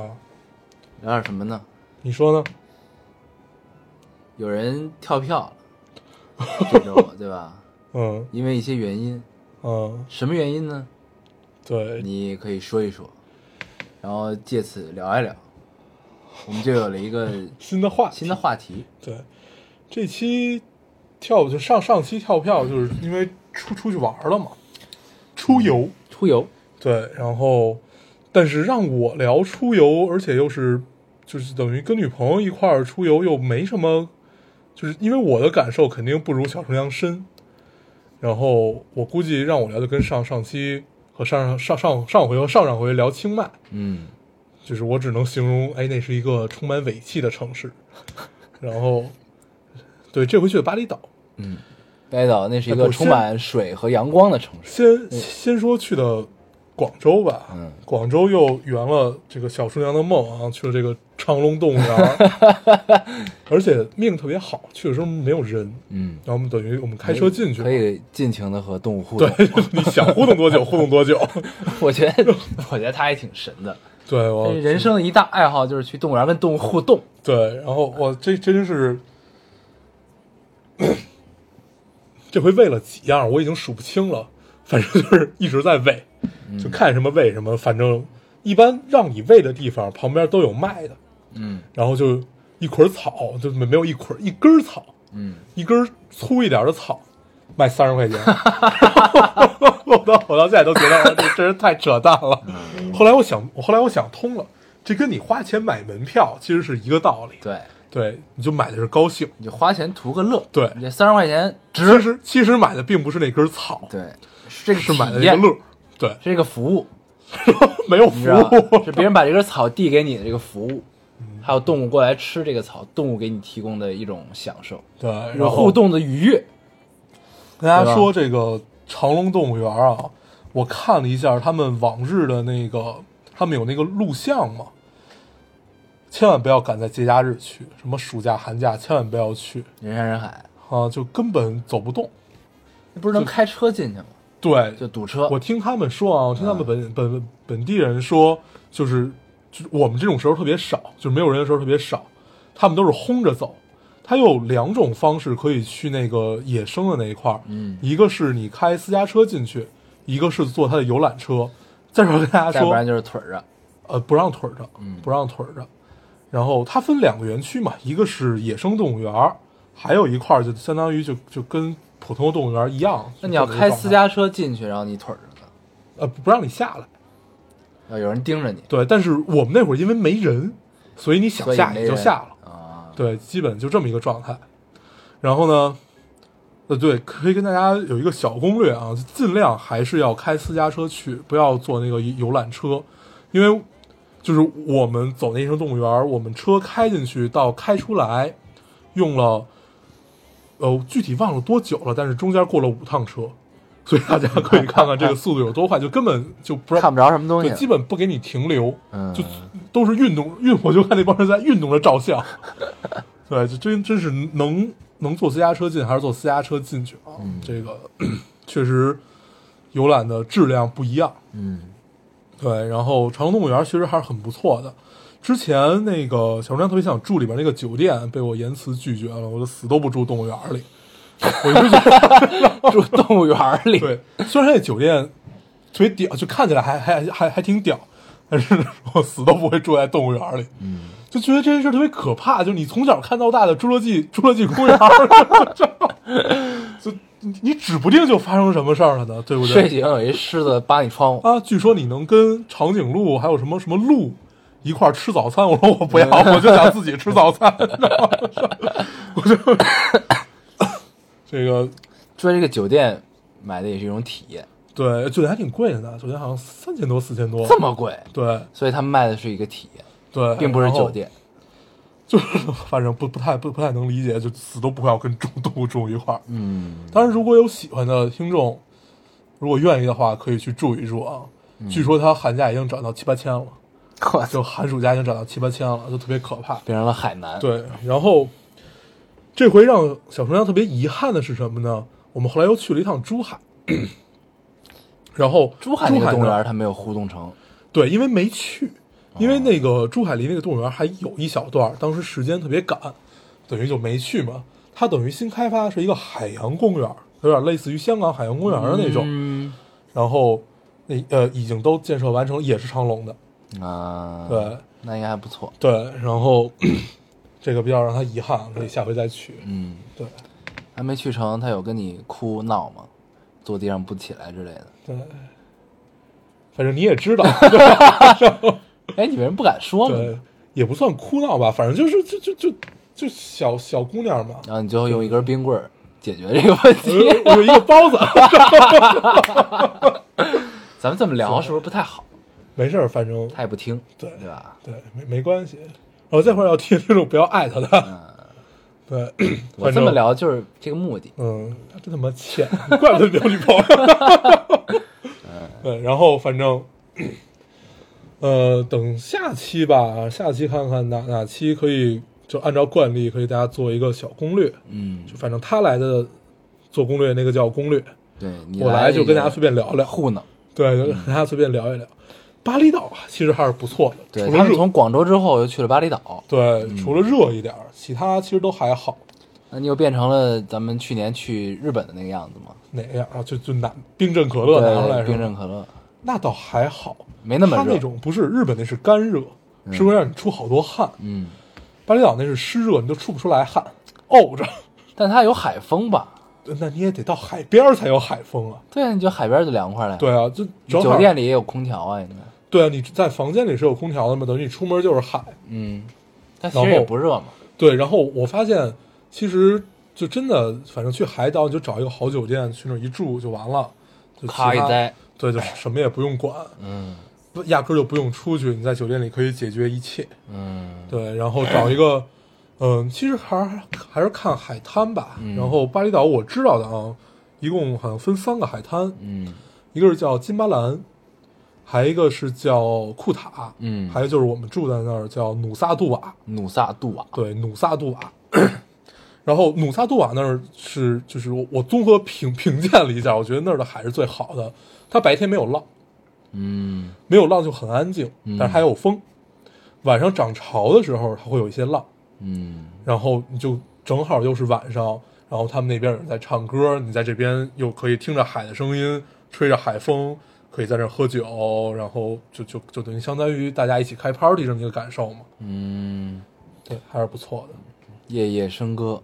聊点什么呢？
你说呢？
有人跳票了，这周对吧？
嗯
因为一些原因，
嗯，
什么原因呢？
对，
你可以说一说，然后借此聊一聊，我们就有了一个
新的话题
新的话题。
对，这期跳就上上期跳票，就是因为出出去玩了嘛，出游。
出游，
对，然后但是让我聊出游，而且又是就是等于跟女朋友一块儿出游，又没什么，就是因为我的感受肯定不如小重阳深。然后我估计让我聊的跟上上期和上上上上回和上上回聊清迈，
嗯，
就是我只能形容，哎，那是一个充满尾气的城市。然后，对，这回去的巴厘岛，
该岛那是一
哎
个
不是
充满水和阳光的城 市。
先先说去的广州吧，
嗯
广州又圆了这个小春阳的梦啊，去了这个长隆动物 园儿，而且命特别好，去的时候没有人，
嗯，
然后我们等于我们开车进去，
可，以尽情的和动物互动
对。， 你想互动多久互动多久，
我觉得， 我觉得他还挺神的。
对我
人生的一大爱好就是去动物园跟动物互动。
对，然后我这真是，这回喂了几样，我已经数不清了，反正就是一直在喂，
嗯
就看什么喂什么，反正一般让你喂的地方旁边都有卖的，
嗯
然后就一捆草，就没没有一捆一根草，
嗯，
一根粗一点的草，卖三十 块钱。我到我到现在都觉得这真是太扯淡了。
嗯
后来我想，我后来我想通了，这跟你花钱买门票其实是一个道理。
对，
对，你就买的是高兴。
你就花钱图个乐。
对
你这三十块钱值。
其实其实买的并不是那根草，
对，这个
是买的
体
那
验
个乐。对，
是一个服务，
没有
你
服
知道吧
务。
是别人把这根草递给你的这个服务，还有动物过来吃这个草，动物给你提供的一种享受，
对，
一
然
种
后
互动的愉悦。
跟大家
吧
说这个长隆动物园啊，我看了一下他们往日的那个，他们有那个录像嘛，千万不要赶在节假日去，什么暑假、寒假，千万不要去
人山人海，
啊，就根本走不动。
那不是能开车进去吗？
对，
就堵车。
我听他们说
嗯
啊，我听他们本、本本地人说，就是就是我们这种时候特别少，就是没有人的时候特别少，他们都是轰着走。它有两种方式可以去那个野生的那一块儿，
嗯
一个是你开私家车进去，一个是坐它的游览车。再说跟大家
再不然
说，
就是嗯腿儿着。
呃，不让腿儿着，不让腿儿着。然后它分两个园区嘛，一个是野生动物园儿，还有一块儿就相当于就就跟普通的动物园儿一样。
那你要
就这么一
开
状
私
态，
家车进去，然后你腿儿着呢，
呃，不让你下来。
要有人盯着你，
对，但是我们那会儿因为没人，所以你想
所以
下
没
也就
人
下了。
啊。
对，基本就这么一个状态。然后呢，呃，对，可以跟大家有一个小攻略啊，就尽量还是要开私家车去，不要坐那个游览车，因为就是我们走那野生动物园，我们车开进去到开出来，用了呃具体忘了多久了，但是中间过了五趟车，所以大家可以看看这个速度有多快，就根本就不让
看不着什么东
对，基
西，
本不给你停留，
嗯
就都是运动运，我就看那帮人在运动着照相， 对，就真真是能能坐私家车进还是坐私家车进去啊？
嗯
这个 确实游览的质量不一样，
嗯
对。然后长隆动物园其实还是很不错的。之前那个小姑娘特别想住里边那个酒店，被我严词拒绝了，我就死都不住动物园里。我一直觉得，
住动物园里，
对，虽然那酒店特别屌，就看起来还还还还挺屌，但是我死都不会住在动物园里。
嗯，
就觉得这件事特别可怕，就是你从小看到大的《侏罗纪》《侏罗纪公园》， 就你你指不定就发生什么事儿了呢，对不
睡
对？
醒有一狮子扒你窗户，
啊，据说你能跟长颈鹿还有什么什么鹿一块儿吃早餐，我说我不要，我就想自己吃早餐，你知道吗 我就这个
住在这个酒店买的也是一种体验，
对酒店还挺贵的呢，酒店好像三千多四千多，
这么贵，
对
所以他们卖的是一个体验，
对，
并不是
然后
酒店，
就是 反正不不太不不太能理解，就死都不要跟中动物住一块儿。
嗯
当然，如果有喜欢的听众，如果愿意的话，可以去住一住啊。
嗯
据说它寒假已经涨到七八千了，
我操，
就寒暑假已经涨到七八千了，就特别可怕。
变成了海南，
对，然后这回让小春阳特别遗憾的是什么呢？我们后来又去了一趟珠海， 然后
珠海那个
呢
动物园它没有互动城，
对，因为没去，
哦
因为那个珠海离那个动物园还有一小段儿，当时时间特别赶，等于就没去嘛。它等于新开发是一个海洋公园儿，有点类似于香港海洋公园儿的那种。
嗯
然后那呃已经都建设完成，也是长隆的，
啊，
对，
那应该还不错，
对。然后 这个比较让他遗憾，所以下回再去。
嗯，
对
还没去成，他有跟你哭闹吗？坐地上不起来之类的。
对，反正你 也知道，
哎，你为什么不敢说呢？
对，也不算哭闹吧，反正就是就就就就小小姑 娘嘛，
然后你最后用一根冰棍儿解决这个问题。
我有一个包子。
咱们这么聊是不是不太好？
没事儿，反正
他也不听，
对
对吧？
对没没关系。然后这会儿要听听众不要艾特他。 对，
嗯我
反
这
正
么，聊就是这个目的。
嗯，他真他妈欠， 怪不得没有女朋友。
嗯
对，然后反正，呃，等下期吧，下期看看哪哪期可以就按照惯例可以大家做一个小攻略，
嗯，
就反正他来的做攻略那个叫攻略，
对你
我来就跟大家随
便
便聊聊，
糊弄。
对，就跟大家随便聊一聊。巴厘岛啊，其实还是不错的，
对，
除
他
了
们
热
从广州之后又去了巴厘岛，
对，除了
嗯
热一点儿，其他其实都还好。
那你又变成了咱们去年去日本的那个样子吗？
哪样啊？就就拿冰镇可乐拿出来
对冰
是吧？
镇可乐，
那倒还好，
没那么
它
热
那种不是日本那是干热，是会让你出好多汗。
嗯，
巴厘岛那是湿热，你都出不出来汗，沤着。
但它有海风吧？
那你也得到海边儿才有海风啊。
对，你就海边就凉快了呀。
对啊，就
你
正好
酒店里也有空调啊，应该。
对啊，你在房间里是有空调的嘛，等于你出门就是海。
嗯，它
然
其
后
实也不热嘛。
对，然后我发现其实就真的，反正去海岛你就找一个好酒店去那儿一住就完了，就其
咔一
他
呆，
对，就什么也不用管。
嗯
不压根儿就不用出去，你在酒店里可以解决一切。
嗯
对，然后找一个，嗯，其实还是还是看海滩吧。
嗯
然后巴厘岛我知道的啊，一共好像分三个海滩，
嗯
一个是叫金巴兰，还一个是叫库塔，
嗯
还有就是我们住在那儿叫努萨杜瓦，
努萨杜瓦，
对，努萨杜瓦。 然后努萨杜瓦那儿是就是我我综合评评价了一下，我觉得那儿的海是最好的，它白天没有浪。
嗯
没有浪就很安静，但是还有风。晚上涨潮的时候，它会有一些浪，
嗯
然后你就正好又是晚上，然后他们那边有人在唱歌，你在这边又可以听着海的声音，吹着海风，可以在这儿喝酒，然后就就就等于相当于大家一起开 party 这么一个感受嘛，
嗯，
对，还是不错的。
夜夜笙歌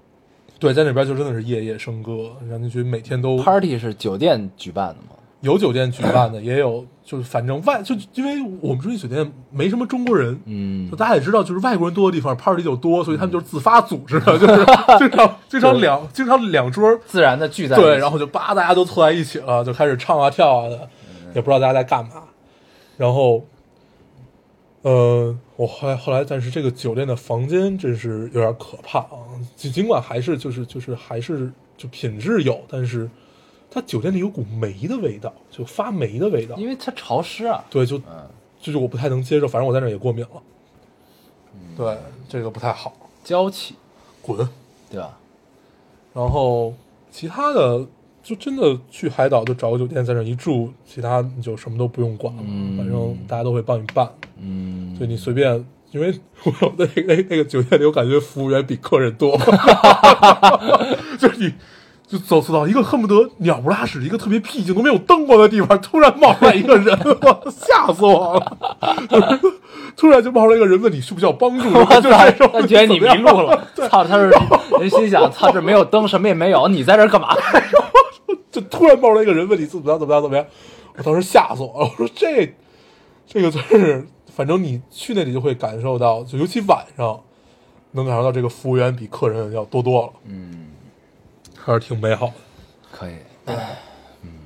对，在那边就真的是夜夜笙歌，让你觉得每天都
，party 是酒店举办的吗？
有酒店举办的，也有就是反正外就因为我们住那酒店没什么中国人，
嗯
就，大家也知道，就是外国人多的地方 party 就多，所以他们就是自发组织的，就是经常经常两经常两桌，
自然的聚在一起
对，然后就叭大家都凑在一起了，就开始唱啊跳啊的，也不知道大家在干嘛。然后，呃，我后来后来，但是这个酒店的房间真是有点可怕啊！尽尽管还是就是就是还是就品质有，但是它酒店里有股霉的味道，就发霉的味道。
因为它潮湿啊。
对，就
嗯，
就是我不太能接受，反正我在那儿也过敏了。嗯对，这个不太好，
娇气，
滚。
对 吧？
然后其他的就真的去海岛就找个酒店在那儿一住，其他你就什么都不用管了，
嗯
反正大家都会帮你办，
嗯，
所以你随便。因为我那个那那个酒店里，我感觉服务员比客人 多，就是你，就走走到一个恨不得鸟不拉屎、一个特别僻静都没有灯光的地方，突然冒出来一 个人，我吓死我了！突然就冒出来一个人问你需不需要 帮助，
我
就
操
这种，
他觉得你迷
怎么样
路了，操！他是人心想，操，这没有灯，什么也没有，你在这儿干嘛？
就突然冒出来一个人问你怎么样怎么样怎么样，我当时吓死我了。我说这这个真是，反正你去那里就会感受到，就尤其晚上能感受到这个服务员比客人要多多了，
嗯，
还是挺美好的。
可以。嗯，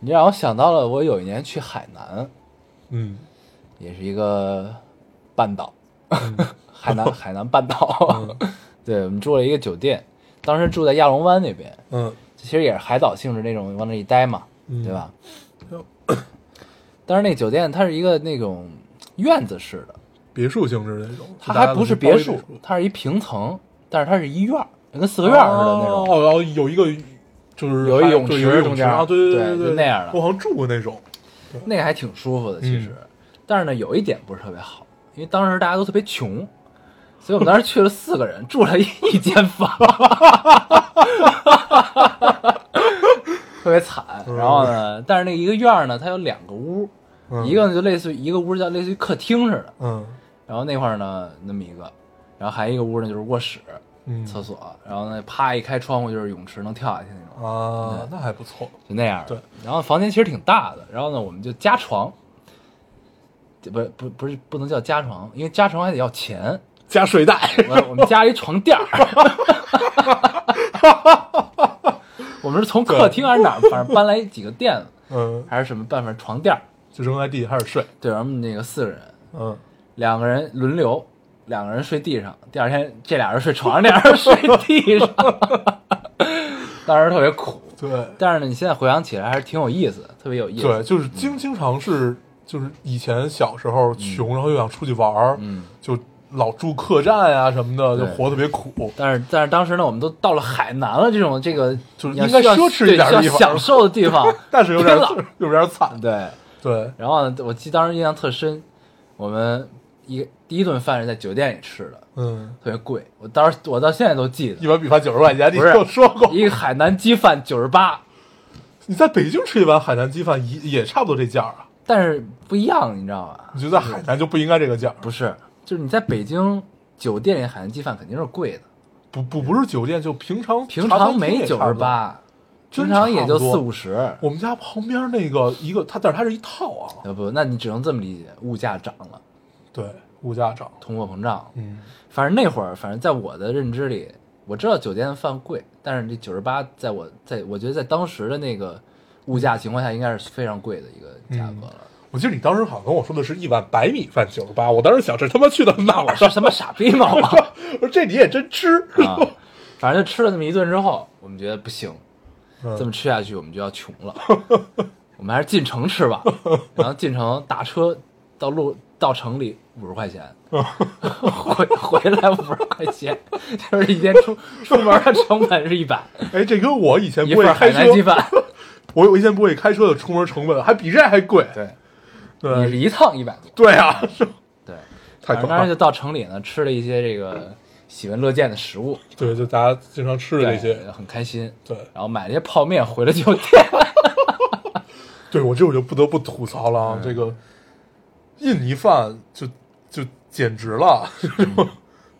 你让我想到了，我有一年去海南，
嗯
也是一个半岛， 海南海南半岛。 对，我们住了一个酒店，当时住在亚龙湾那边，
嗯
其实也是海岛性质那种，往那一待嘛，
嗯
对吧？ 但是那酒店它是一个那种院子式的，
别墅性质那种，
它还不是
就
别
大家都是
墅，它是一平层，但是它是一院儿，跟四合院儿似的那种。
哦，然后有一个就是
有一
还
泳池
对有一
中
泳池
间
啊，对
对
对
就那样的
我好像住过那种，
那个还挺舒服的，其实。
嗯
但是呢，有一点不是特别好，因为当时大家都特别穷，所以我们当时去了四个人，住了一一间房，特别惨。然后呢，但是那一个院儿呢，它有两个屋，
嗯
一个呢就类似于一个屋叫类似于客厅似的，
嗯
然后那块儿呢那么一个，然后还有一个屋呢就是卧室、
嗯
厕所，然后呢啪一开窗户就是泳池，能跳下去那种，嗯
啊，那还不错，
就那样儿。
对，
然后房间其实挺大的，然后呢，我们就加床，这不不不是不能叫加床，因为加床还得要钱。
加睡袋，
我我们加一床垫儿， 我们是从客厅还是哪儿，反正搬来几个垫子
嗯，
还是什么办法床垫儿。
就扔在地下开始睡，
对，我们那个四个人，
嗯。
两个人轮流，两个人睡地上，第二天这俩人睡床上，那俩 人睡地上，当时特别苦。
对
但是呢，你现在回想起来还是挺有意思的，特别有意思。
对，就是经经常是就是以前小时候穷，然后又想出去玩儿，
嗯，
就老住客栈啊什么的，就
对
活得特别苦。
但是但是当时呢，我们都到了海南了，这种这个
就是
你要
应该
需要
奢侈一
对
点
需
的
要
地方。
享受的地方
但是有点
天哪
有点惨，
对，
对，
然后呢，我记得当时印象特深，我们一第一顿饭是在酒店里吃的，
嗯，
特别贵，我当时我到现在都记
一
得，
碗米饭九十块钱，你
不是
就说过，
一个海南鸡饭九十八，
你在北京吃一碗海南鸡饭也也差不多这价儿啊，
但是不一样，你知道吧？
你觉得在海南就不应该这个价儿？
不是，就是你在北京酒店里海南鸡饭肯定是贵的，
不不不是酒店，就平常
平
茶餐
常
厅
没
也
九
差
十
不多。
八，
真
平常也就
差不多
四五十。
我们家旁边那个一个，它但是它是一套啊，
要不，那你只能这么理解，物价涨了，
对，物价涨，
通货膨胀了。
嗯，
反正那会儿，反正在我的认知里，我知道酒店的饭贵，但是这九十八，在我在我觉得在当时的那个物价情况下，应该是非常贵的一个价格了。
我记得你当时好像跟我说的是一碗白米饭九十八，我当时想这他妈去到哪
我
儿
是
啊？
他妈傻逼吗？我
我说这你也真吃
啊，反正就吃了那么一顿之后，我们觉得不行，
嗯
这么吃下去我们就要穷了，我们还是进城吃 吧。然后进城打车到路到城里五十块 钱，回回来五十块钱，就是一天出出门的成本是一百，
哎，这跟我以前
一
不会
份海
开
南鸡
车，
饭。
我我以前不会开车的出门成本还比这还贵。
对，你是
对
一趟一百多。
对啊，是
对，
太
反
可
正
怕
当时就
了。
到城里呢，吃了一些这个喜闻乐见的食物，
对，就大家经常吃的
对，
这些。
很开心。
对
然后买了些泡面回了酒 店，
对，我这我就不得不吐槽了
嗯
啊，这个印尼饭就就简直 了，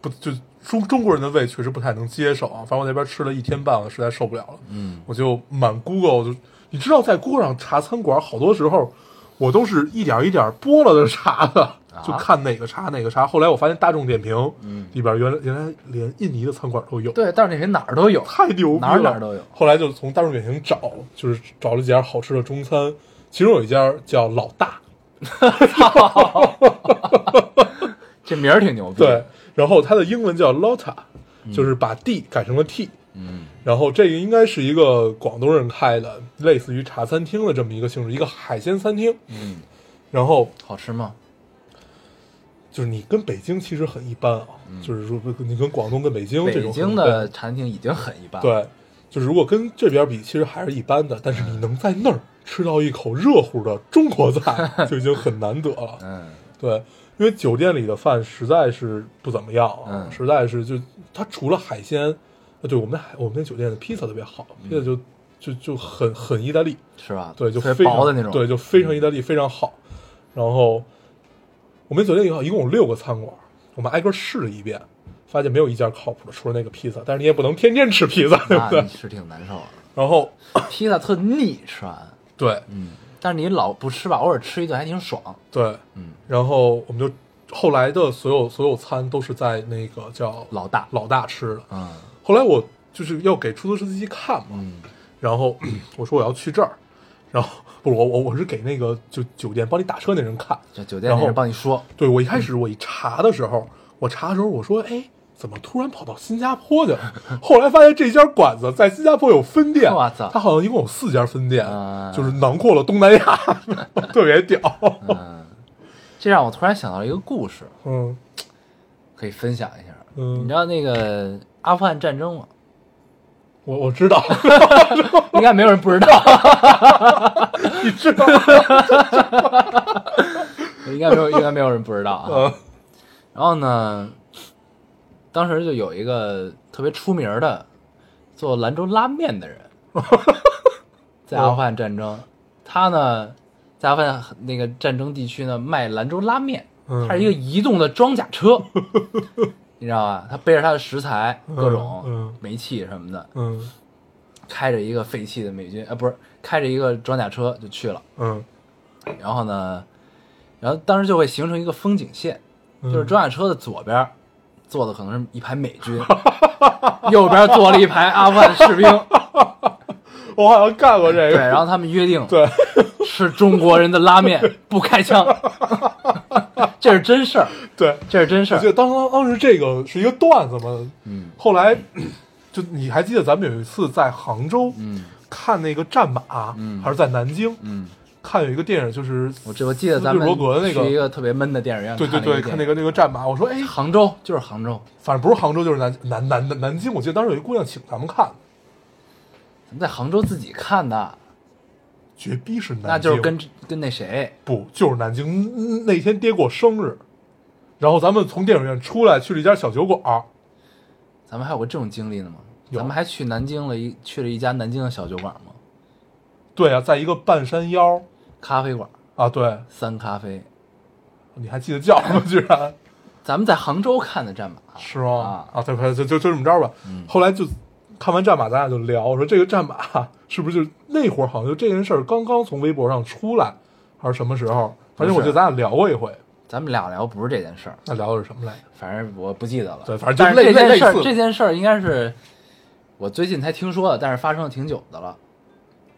不就中中国人的胃确实不太能接受啊。反正我那边吃了一天半，我实在受不了了。
嗯，
我就满 Google 就，你知道，在 Google 上查餐馆，好多时候我都是一点一点剥了的查的，就看哪个查哪个查。后来我发现大众点评，
啊嗯
里边原来原来连印尼的餐馆都有，
对，但是那谁哪儿都有，
太牛逼了，
哪儿哪儿都有。
后来就从大众点评找，就是找了几家好吃的中餐，其中有一家叫老大，
嗯这名儿挺牛逼。
对，，然后它的英文叫 Lotta，就是把 D 改成了 T，
嗯，
然后这个应该是一个广东人开的，类似于茶餐厅的这么一个性质，一个海鲜餐厅。
嗯，
然后
好吃吗？
就是你跟北京其实很一般啊，就是说你跟广东跟北京这
嗯北
种
京
很一般
的餐厅已经很一般，，
对，就是如果跟这边比，其实还是一般的。但是你能在那儿吃到一口热乎的中国菜，就已经很难得了。
嗯
对，因为酒店里的饭实在是不怎么样啊，
嗯
实在是就它除了海鲜，呃，对我们海我们那酒店的披萨特别好，披萨就就就很很意大利，
是吧？
对，就
啊特
非
别
常
薄的那种，嗯
对，就非常意大利，非常好。然后我们酒店以后一共有六个餐馆，我们挨个试了一遍，发现没有一家靠谱的，除了那个披萨。但是你也不能天天吃披萨，对不
那
对
你？是挺难受的。
然后
披萨特腻，吃完，
对
嗯，但是你老不吃吧，偶尔吃一顿还挺爽，
对，
嗯，
然后我们就后来的所有所有餐都是在那个叫
老大，
老大吃的。
嗯
后来我就是要给出租车司机看嘛，
嗯
然后我说我要去这儿，然后不是我我我是给那个就酒店帮你打车那人看，
这酒店那
然
人
后
帮你说，
对我一开始我一查的时候，我查的时候我说，哎，怎么突然跑到新加坡去了？ 后来发现这家馆子在新加坡有分店，
哇操
它好像一共有四家分店，
啊
就是囊括了东南亚， 特别屌。
嗯，这让我突然想到一个故事，
嗯
可以分享一下。你
嗯
知，道那个阿富汗战争吗？
我我知道，
应该没有人不知道，
你知道，
应该没有，应该没有人不知道啊。
嗯
然后呢，当时就有一个特别出名的做兰州拉面的人， 在阿富汗战争，他呢在阿富汗那个战争地区呢卖兰州拉面，
嗯
他是一个移动的装甲 车，你知道吧？他背着他的食材，各种
嗯
煤气什么的，
嗯
开着一个废弃的美军，呃，不是开着一个装甲车就去了。
嗯，
然后呢，然后当时就会形成一个风景线，
嗯
就是装甲车的左边坐的可能是一排美军， 右边坐了一排阿富汗 士兵，
我好像干过这
对，
个，
然后他们约定
哎对，
吃中国人的拉面不开 枪，这是真事儿，
对，
这是真事儿
我记，得当当当时这个是一个段子嘛，
嗯
后来 就你还记得咱们有一次在杭州，
嗯
看那个战马，
嗯
还是在南京、
嗯，
看有一个电影，就是
我这我记得咱们
罗格的那
去一
个，
个特别闷的电影院，
对对对，看那
个
个那个战马，我说哎
电影，杭州就是杭州，
反正不是杭州就是南南南南南京，我记得当时有一姑娘请咱们看，
咱们在杭州自己看的，
绝逼是南京，
那就是跟跟那谁，
不就是南京嗯那天爹过生日，然后咱们从电影院出来去了一家小酒馆，
咱们还有过这种经历呢吗？
有
咱们还去南京了一去了一家南京的小酒馆吗？
对啊，在一个半山腰
咖啡馆
啊，对，
三咖啡，
你还记得叫吗？ 居然。
咱们在杭州看的战马
是吗？
啊，嗯
啊，对，就就就这么着吧。后来就看完战马，咱俩就聊，我说这个战马 是不是就那会儿好像就这件事儿刚刚从微博上出来，还是什么时候？反正我
不
记
是
得咱俩聊过一回，
咱们俩聊不是这件事儿，
那聊的是什么来着？
反正我不记得了。
对反正就
但是这
类类
件事
类
儿，
似
这件事儿应该是我最近才听说的，但是发生了挺久的了，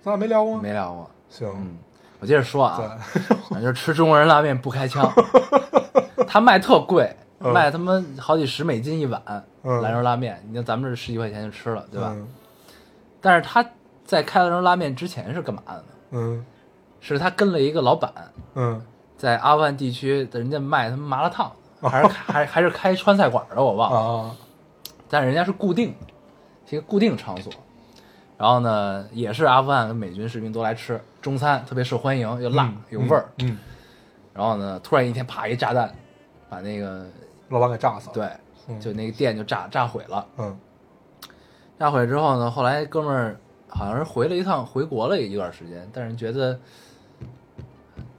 咱俩没聊过吗？
没嗯聊过。
行，嗯
我接着说啊，反正就是吃中国人拉面不开 枪，他卖特贵，
嗯
卖他妈好几十美金一碗，
嗯
兰州拉面，你看咱们这十几块钱就吃了，对吧？
嗯
但是他在开兰州拉面之前是干嘛的呢？
嗯
是他跟了一个老板，
嗯
在阿富汗地区的人家卖他们麻辣烫， 还
哦
是还还是开川菜馆的，我忘了。
啊，
但是人家是固定的，是一个固定场所。然后呢，也是阿富汗跟美军士兵都来吃中餐，特别受欢迎，又辣、
嗯
有味儿。
嗯，
然后呢，突然一天啪一炸弹，把那个
老板给炸死了。，
对，就那个店就炸炸毁了。
嗯
炸毁之后呢，后来哥们儿好像是回了一趟，回国了一段时间，但是觉得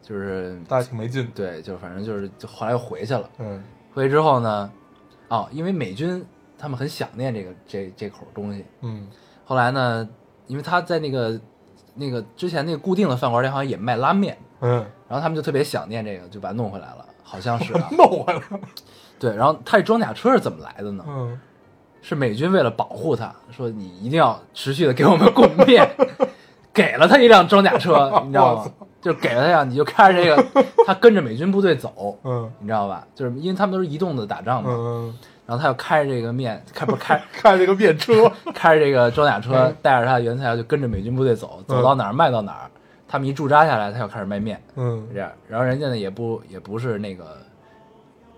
就是
大家挺没劲的。
对，就反正就是就后来又回去了。
嗯
回去之后呢，哦，因为美军他们很想念这个这这口东西。
嗯
后来呢，因为他在那个那个之前那个固定的饭馆里好像也卖拉面，
嗯，。
然后他们就特别想念这个，就把它弄回来了，好像是啊
弄回来了。
对，然后他这装甲车是怎么来的呢？
嗯
是美军为了保护他，说你一定要持续的给我们供面，给了他一辆装甲车，你知道吗？就是给了他呀，你就看着这个，他跟着美军部队走，
嗯
你知道吧？就是因为他们都是移动的打仗嘛，
嗯，
然后他就开着这个面，开不是开
开了个便车，
开着这个装甲
嗯
车，带着他的原材料就跟着美军部队走，走到哪儿卖到哪儿。他们一驻扎下来，他就开始卖面，
嗯
这样。然后人家呢也不也不是那个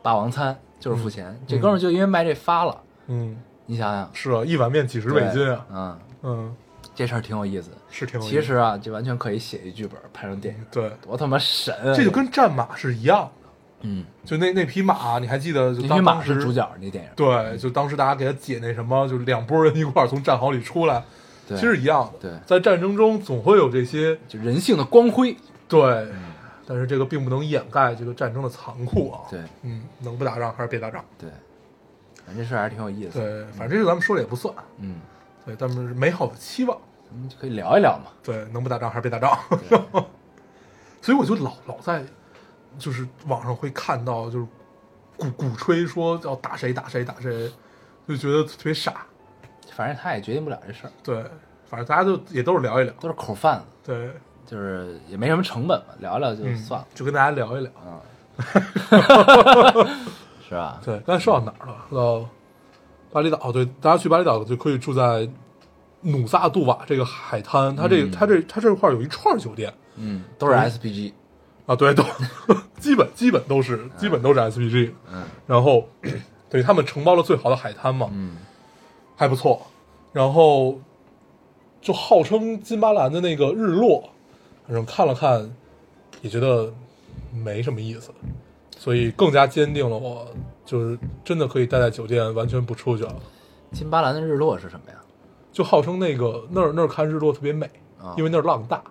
霸王餐，就是付钱。这哥们儿就因为卖这发了，
嗯，
你想想，
是啊，一碗面几十
对
美金啊，
嗯，
嗯，
这事儿挺有意思。
是挺有意思
其实啊，这完全可以写一剧本拍成电影，
对，
多他妈神啊！
这就跟战马是一样的，
嗯，
就那那匹马，你还记得？就
那
当
匹马
当时
是主角，那电影
对，就当时大家给他解那什么，就两拨人一块儿从战壕里出来，
对
其实一样的。
对
在战争中总会有这些
就人性的光辉。
对，
嗯
但是这个并不能掩盖这个战争的残酷啊。
对
嗯，能不打仗还是别打仗。
对，反正这事儿还是挺有意思的。
对，反正这个咱们说了也不算，
嗯，
对，但是美好的期望，
咱嗯们就可以聊一聊嘛。
对，能不打仗还是别打仗。 所以我就老老在，就是网上会看到，就是鼓鼓吹说要打谁打谁打谁，就觉得特别傻。
反正他也决定不了这事儿，
对，反正大家就也都是聊一聊，
都是口贩子，
对，
就是也没什么成本嘛，聊聊就
嗯
算了，嗯
就跟大家聊一聊。
是吧？
对，刚才说到哪儿了？到巴厘岛，哦对，大家去巴厘岛就可以住在努萨杜瓦这个海滩，它这、它这它这块儿有一串儿酒店
嗯，都是 SPG，
啊，对，都基本基本都是基本都是 SPG，嗯，然后对他们承包了最好的海滩嘛，
嗯，
还不错，然后就号称金巴兰的那个日落，反正看了看也觉得没什么意思，所以更加坚定了我就是真的可以待在酒店，完全不出去了。
金巴兰的日落是什么呀？
就号称那个那儿那儿看日落特别美
啊，
因为那儿浪大，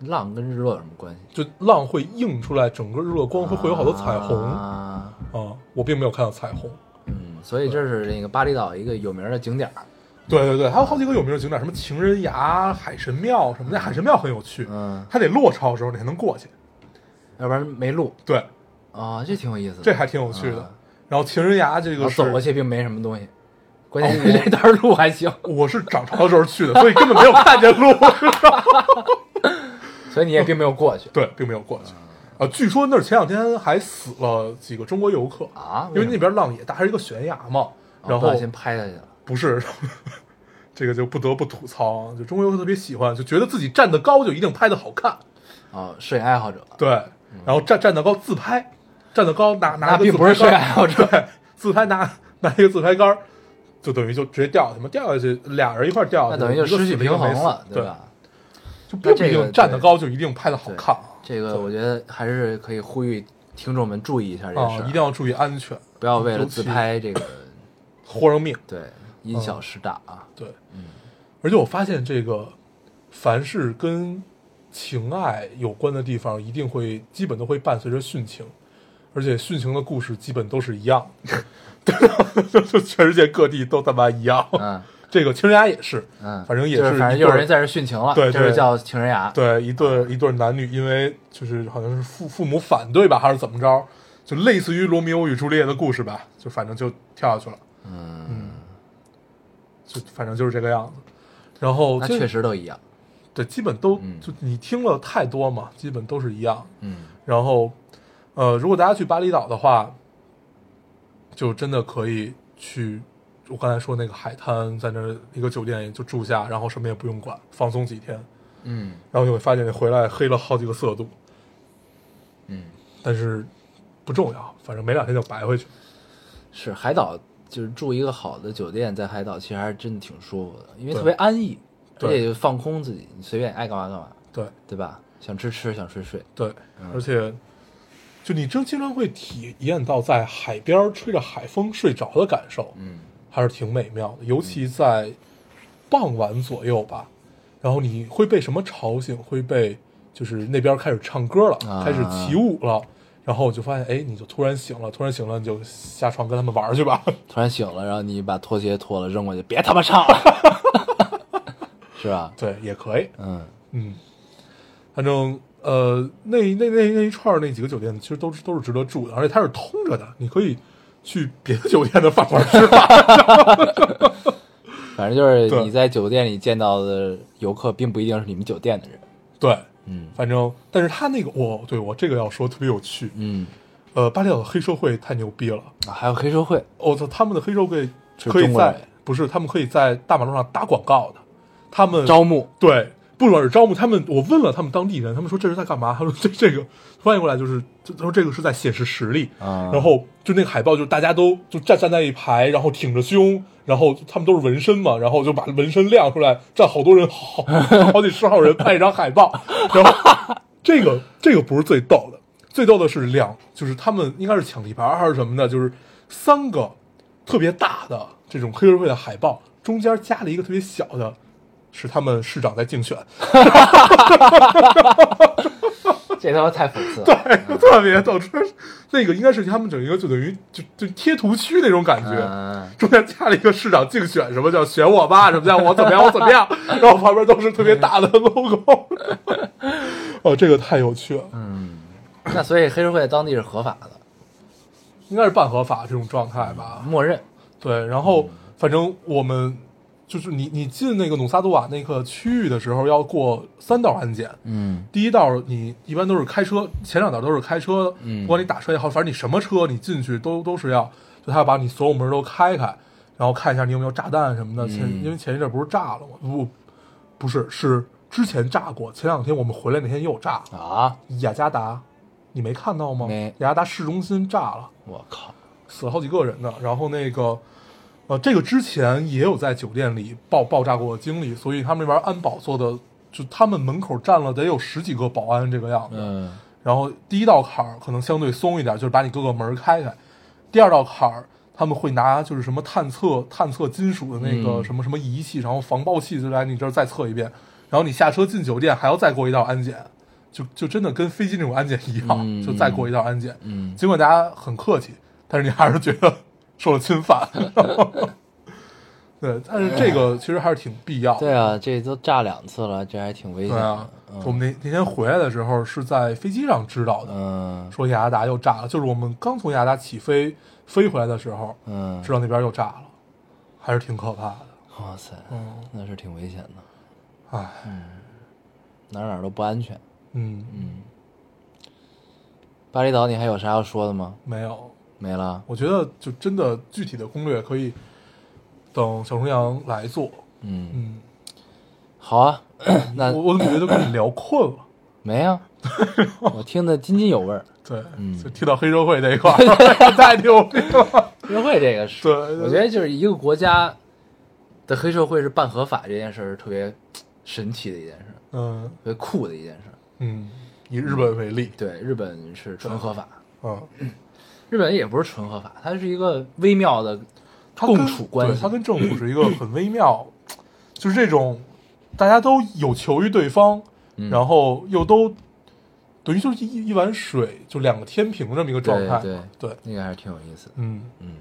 浪跟日落有什么关系？
就浪会映出来整个日落光，会会有好多彩虹啊
啊，
我并没有看到彩虹。
嗯，所以这是那个巴厘岛一个有名的景点儿，
对对对，还有好几个有名的景点，什么情人崖、海神庙什么的。海神庙很有趣，
嗯，
它得落潮的时候你才能过去。
要不然没路
对，
啊，这挺有意思的。
这还挺有趣的。
啊
然后情人崖这
然
个
后
是哦
走过去并没啊什么东西，关键是 这段路还行，
我是涨潮的时候去的，所以根本没有看见路。
所以你也并没有过去
对，并没有过去。
嗯
啊，据说那儿前两天还死了几个中国游客，
啊，
因为那
什么
边浪也大，还是一个悬崖嘛。
啊
然
不
后
小心拍下去了，
不是， 这个就不得不吐槽，就中国游客特别喜欢，就觉得自己站得高就一定拍得好看，
啊，摄影爱好者，
对，然后站站得高自拍，站得高拿
那
拿个
并
自
不是啊
拍
摄
杆
影
儿
爱好者，
对，自拍拿拿一个自拍杆儿，就等于就直接掉下去嘛，掉下去俩人一块儿掉
那
下去，
等于就
啊一个
失
死
去
一个
平衡
没死
了，
对
吧？
就并不
那
一
这个
定站得高就一定拍得好看啊，
这个
对
我觉得还是可以呼吁听众们注意一下这个
啊
事儿，
一定要注意安全，
不要为了自拍这个，
豁上命。
对，因小失大啊。
对，而且我发现这个，凡是跟情爱有关的地方，一定会基本都会伴随着殉情，而且殉情的故事基本都是一样的， 对吧全世界各地都他妈一样。
嗯
这个情人崖也是，
嗯，
反正也
就是反正
一
有
对
人在这殉情了，
对对
这是叫情人崖，
对一对一对男女，因为就是好像是父父母反对吧，还是怎么着，就类似于罗密欧与朱丽叶的故事吧，就反正就跳下去了，
嗯，
就反正就是这个样子。然后
那
这
确实都一样，
对，基本都、
嗯
就你听了太多嘛，基本都是一样。
嗯
然后，呃，如果大家去巴厘岛的话，就真的可以去我刚才说那个海滩，在那儿一个酒店就住下，然后什么也不用管，放松几天，
嗯
然后你会发现你回来黑了好几个色度，
嗯，
但是不重要，反正没两天就白回去。
是海岛就是住一个好的酒店，在海岛其实还是真的挺舒服的，因为
对
特别安逸，而
对
且就放空自己，你随便爱干嘛干嘛，
对
对吧？想吃吃，想睡睡，
对，
嗯
而且就你真经常会体验到在海边儿吹着海风睡着的感受，
嗯
还是挺美妙的，尤其在傍晚左右吧。然后你会被什么吵醒？会被就是那边开始唱歌了，
啊
开始起舞了，然后我就发现，哎，你就突然醒了，突然醒了，你就下床跟他们玩去吧。
突然醒了，然后你把拖鞋脱了扔过去，别他妈唱了， 是吧？
对，也可以，
嗯
嗯，反正呃，那那那那一串儿那几个酒店其实都是都是值得住的，而且它是通着的，你可以去别的酒店的饭馆吃 饭。
反正就是
对
你在酒店里见到的游客，并不一定是你们酒店的人。
对，
嗯
反正，但是他那个，我对我这个要说特别有趣。
嗯，
呃，巴厘岛的黑社会太牛逼了，
啊还有黑社会，
我、操，他们的黑社会
是
可以
中国人
在不是他们可以在大马路上打广告的，他们
招募
对，不管是招募他们，我问了他们当地人，他们说这是在干嘛？ 他说这这个翻译过来就是，就他说这个是在显示实力。
啊，
然后就那个海报，就大家都就站站在一排，然后挺着胸，然后他们都是纹身嘛，然后就把纹身亮出来，站好多人， 好好几十号人拍一张海报。然后这个这个不是最逗的，最逗的是两，就是他们应该是抢地盘还是什么的，就是三个特别大的这种黑社会的海报，中间加了一个特别小的，是他们市长在竞选，
这他妈太讽 刺了，
特别逗。这那个应该是他们整一个就等于就就贴图区那种感觉。
嗯，
中间加了一个市长竞选，什么叫选我吧，什么叫我怎么样，我怎么样，然后旁边都是特别大的 logo，哦，这个太有趣了，
那所以黑社会在当地是合法的，
应该是半合法这种状态吧？
默认，
对，然
嗯
后反正我们就是你你进那个努萨杜瓦那个区域的时候要过三道安检，
嗯
第一道你一般都是开车，前两道都是开车，
嗯
不管你打车也好，反正你什么车你进去都都是要，就他要把你所有门都开开，然后看一下你有没有炸弹什么的。前、
嗯
因为前一阵不是炸了吗？不，不是，是之前炸过，前两天我们回来那天又炸
啊，
雅加达，你没看到吗？
没
雅加达市中心炸了，
我靠，
死了好几个人呢。然后那个。呃，这个之前也有在酒店里爆爆炸过的经历，所以他们那边安保做的，就他们门口站了得有十几个保安这个样子。
嗯
然后第一道坎儿可能相对松一点，就是把你各个门儿开开。第二道坎儿，他们会拿就是什么探测探测金属的那个
嗯
什么什么仪器，然后防爆器就来你这儿再测一遍。然后你下车进酒店还要再过一道安检，就就真的跟飞机那种安检一样，
嗯
就再过一道安检。
嗯，
尽管大家很客气，但是你还是觉得受了 侵犯。对，但是这个其实还是挺必要的。
对啊，这都炸两次了，这还挺危险
对啊
的，，
我们那那天回来的时候是在飞机上知道的，
嗯
说雅加达又炸了，就是我们刚从雅加达起飞飞回来的时候，
嗯
知，道那边又炸了，还是挺可怕的。
哇塞，
嗯，
那是挺危险的，
唉，
哪儿哪儿都不安全。
嗯，
嗯，巴厘岛你还有啥要说的吗？
没有，
没了。
我觉得就真的具体的攻略可以等小重阳来做。
嗯，
嗯，
好啊， 那
我我怎么觉得跟你聊困 了？
没啊， 我听得津津有味儿。
对，
嗯
就听到黑社会这一块儿 太牛逼了。
约会这个是，
对对
我觉得就是一个国家的黑社会是半合法这件事儿是特别神奇的一件事儿，
嗯
特别酷的一件事儿。
嗯，以日本为例，
对，日本是纯合法，
嗯，
日本也不是纯合法，它是一个微妙的
它跟
共处关
对
系
它。跟政府是一个很微妙，就是这种大家都有求于对方，
嗯
然后又都等于就是一一碗水，就两个天平这么一个状态。
对
对
那个还是挺有意思的。
嗯，
嗯，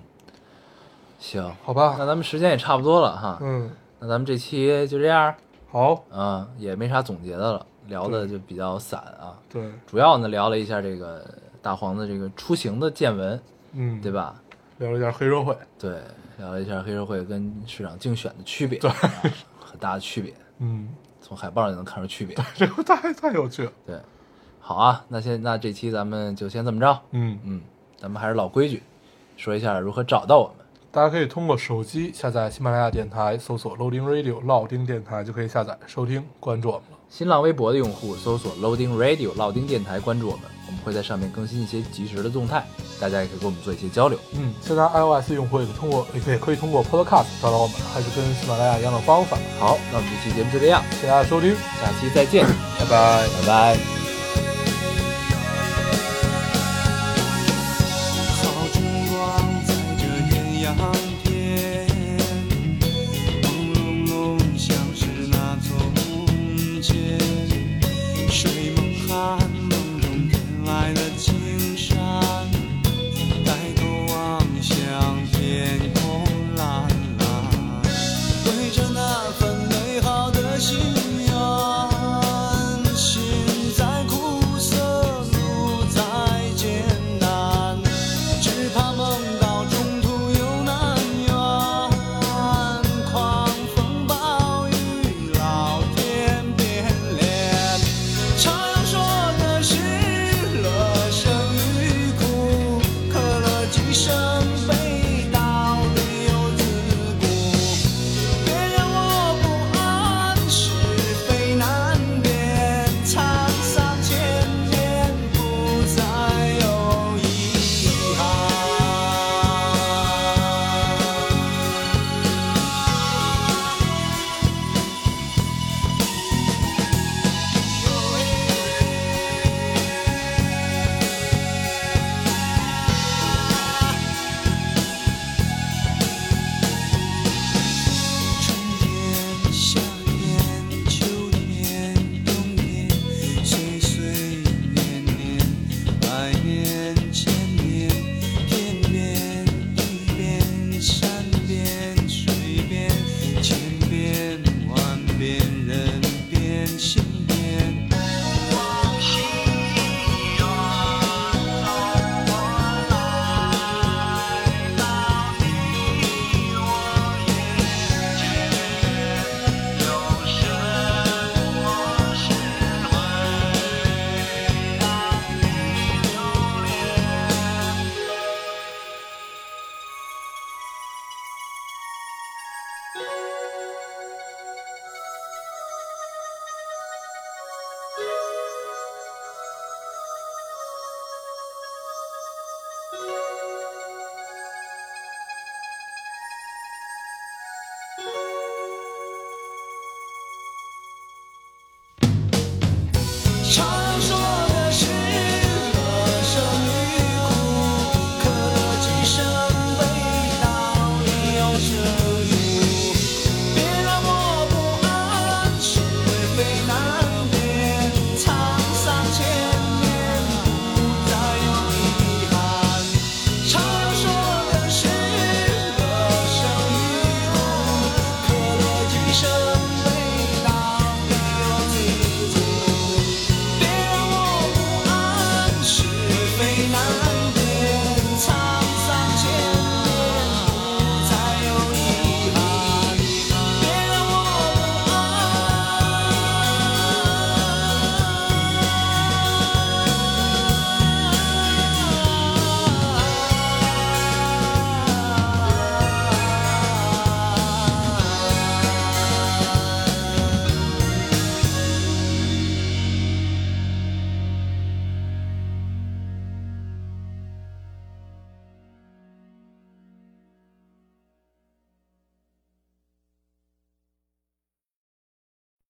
行，
好
啊那
吧，
咱们时间也差不多了哈，
嗯，
那咱们这期就这样儿，
好，
嗯，也没啥总结的了，聊的就比较散啊。
对，
主要呢聊了一下这个大黄的这个出行的见闻，
嗯，
对？吧？
聊了一下黑社会，
对，聊了一下黑社会跟市长竞选的区别，对，啊很大的区别，
嗯，
从海报上就能看出区别。
这个太太有趣了，
对，好啊，那现那这期咱们就先这么着，
嗯，
嗯，咱们还是老规矩，说一下如何找到我们。
大家可以通过手机下载喜马拉雅电台，搜索 Loading Radio 老丁电台就可以下载收听关注我们了。
新浪微博的用户搜索 Loading Radio 老丁电台，关注我们，我们会在上面更新一些及时的动态，大家也可以跟我们做一些交流。
嗯，现在 iOS 用户也可以通过也可以也可以通过 Podcast 找到我们，还是跟喜马拉雅一样的方法。
好，那我们这期节目就这样，
谢谢大家收听，
下期再见，
拜拜。
拜拜。
好春光在这鸳鸯天，朦胧胧像是那从前，水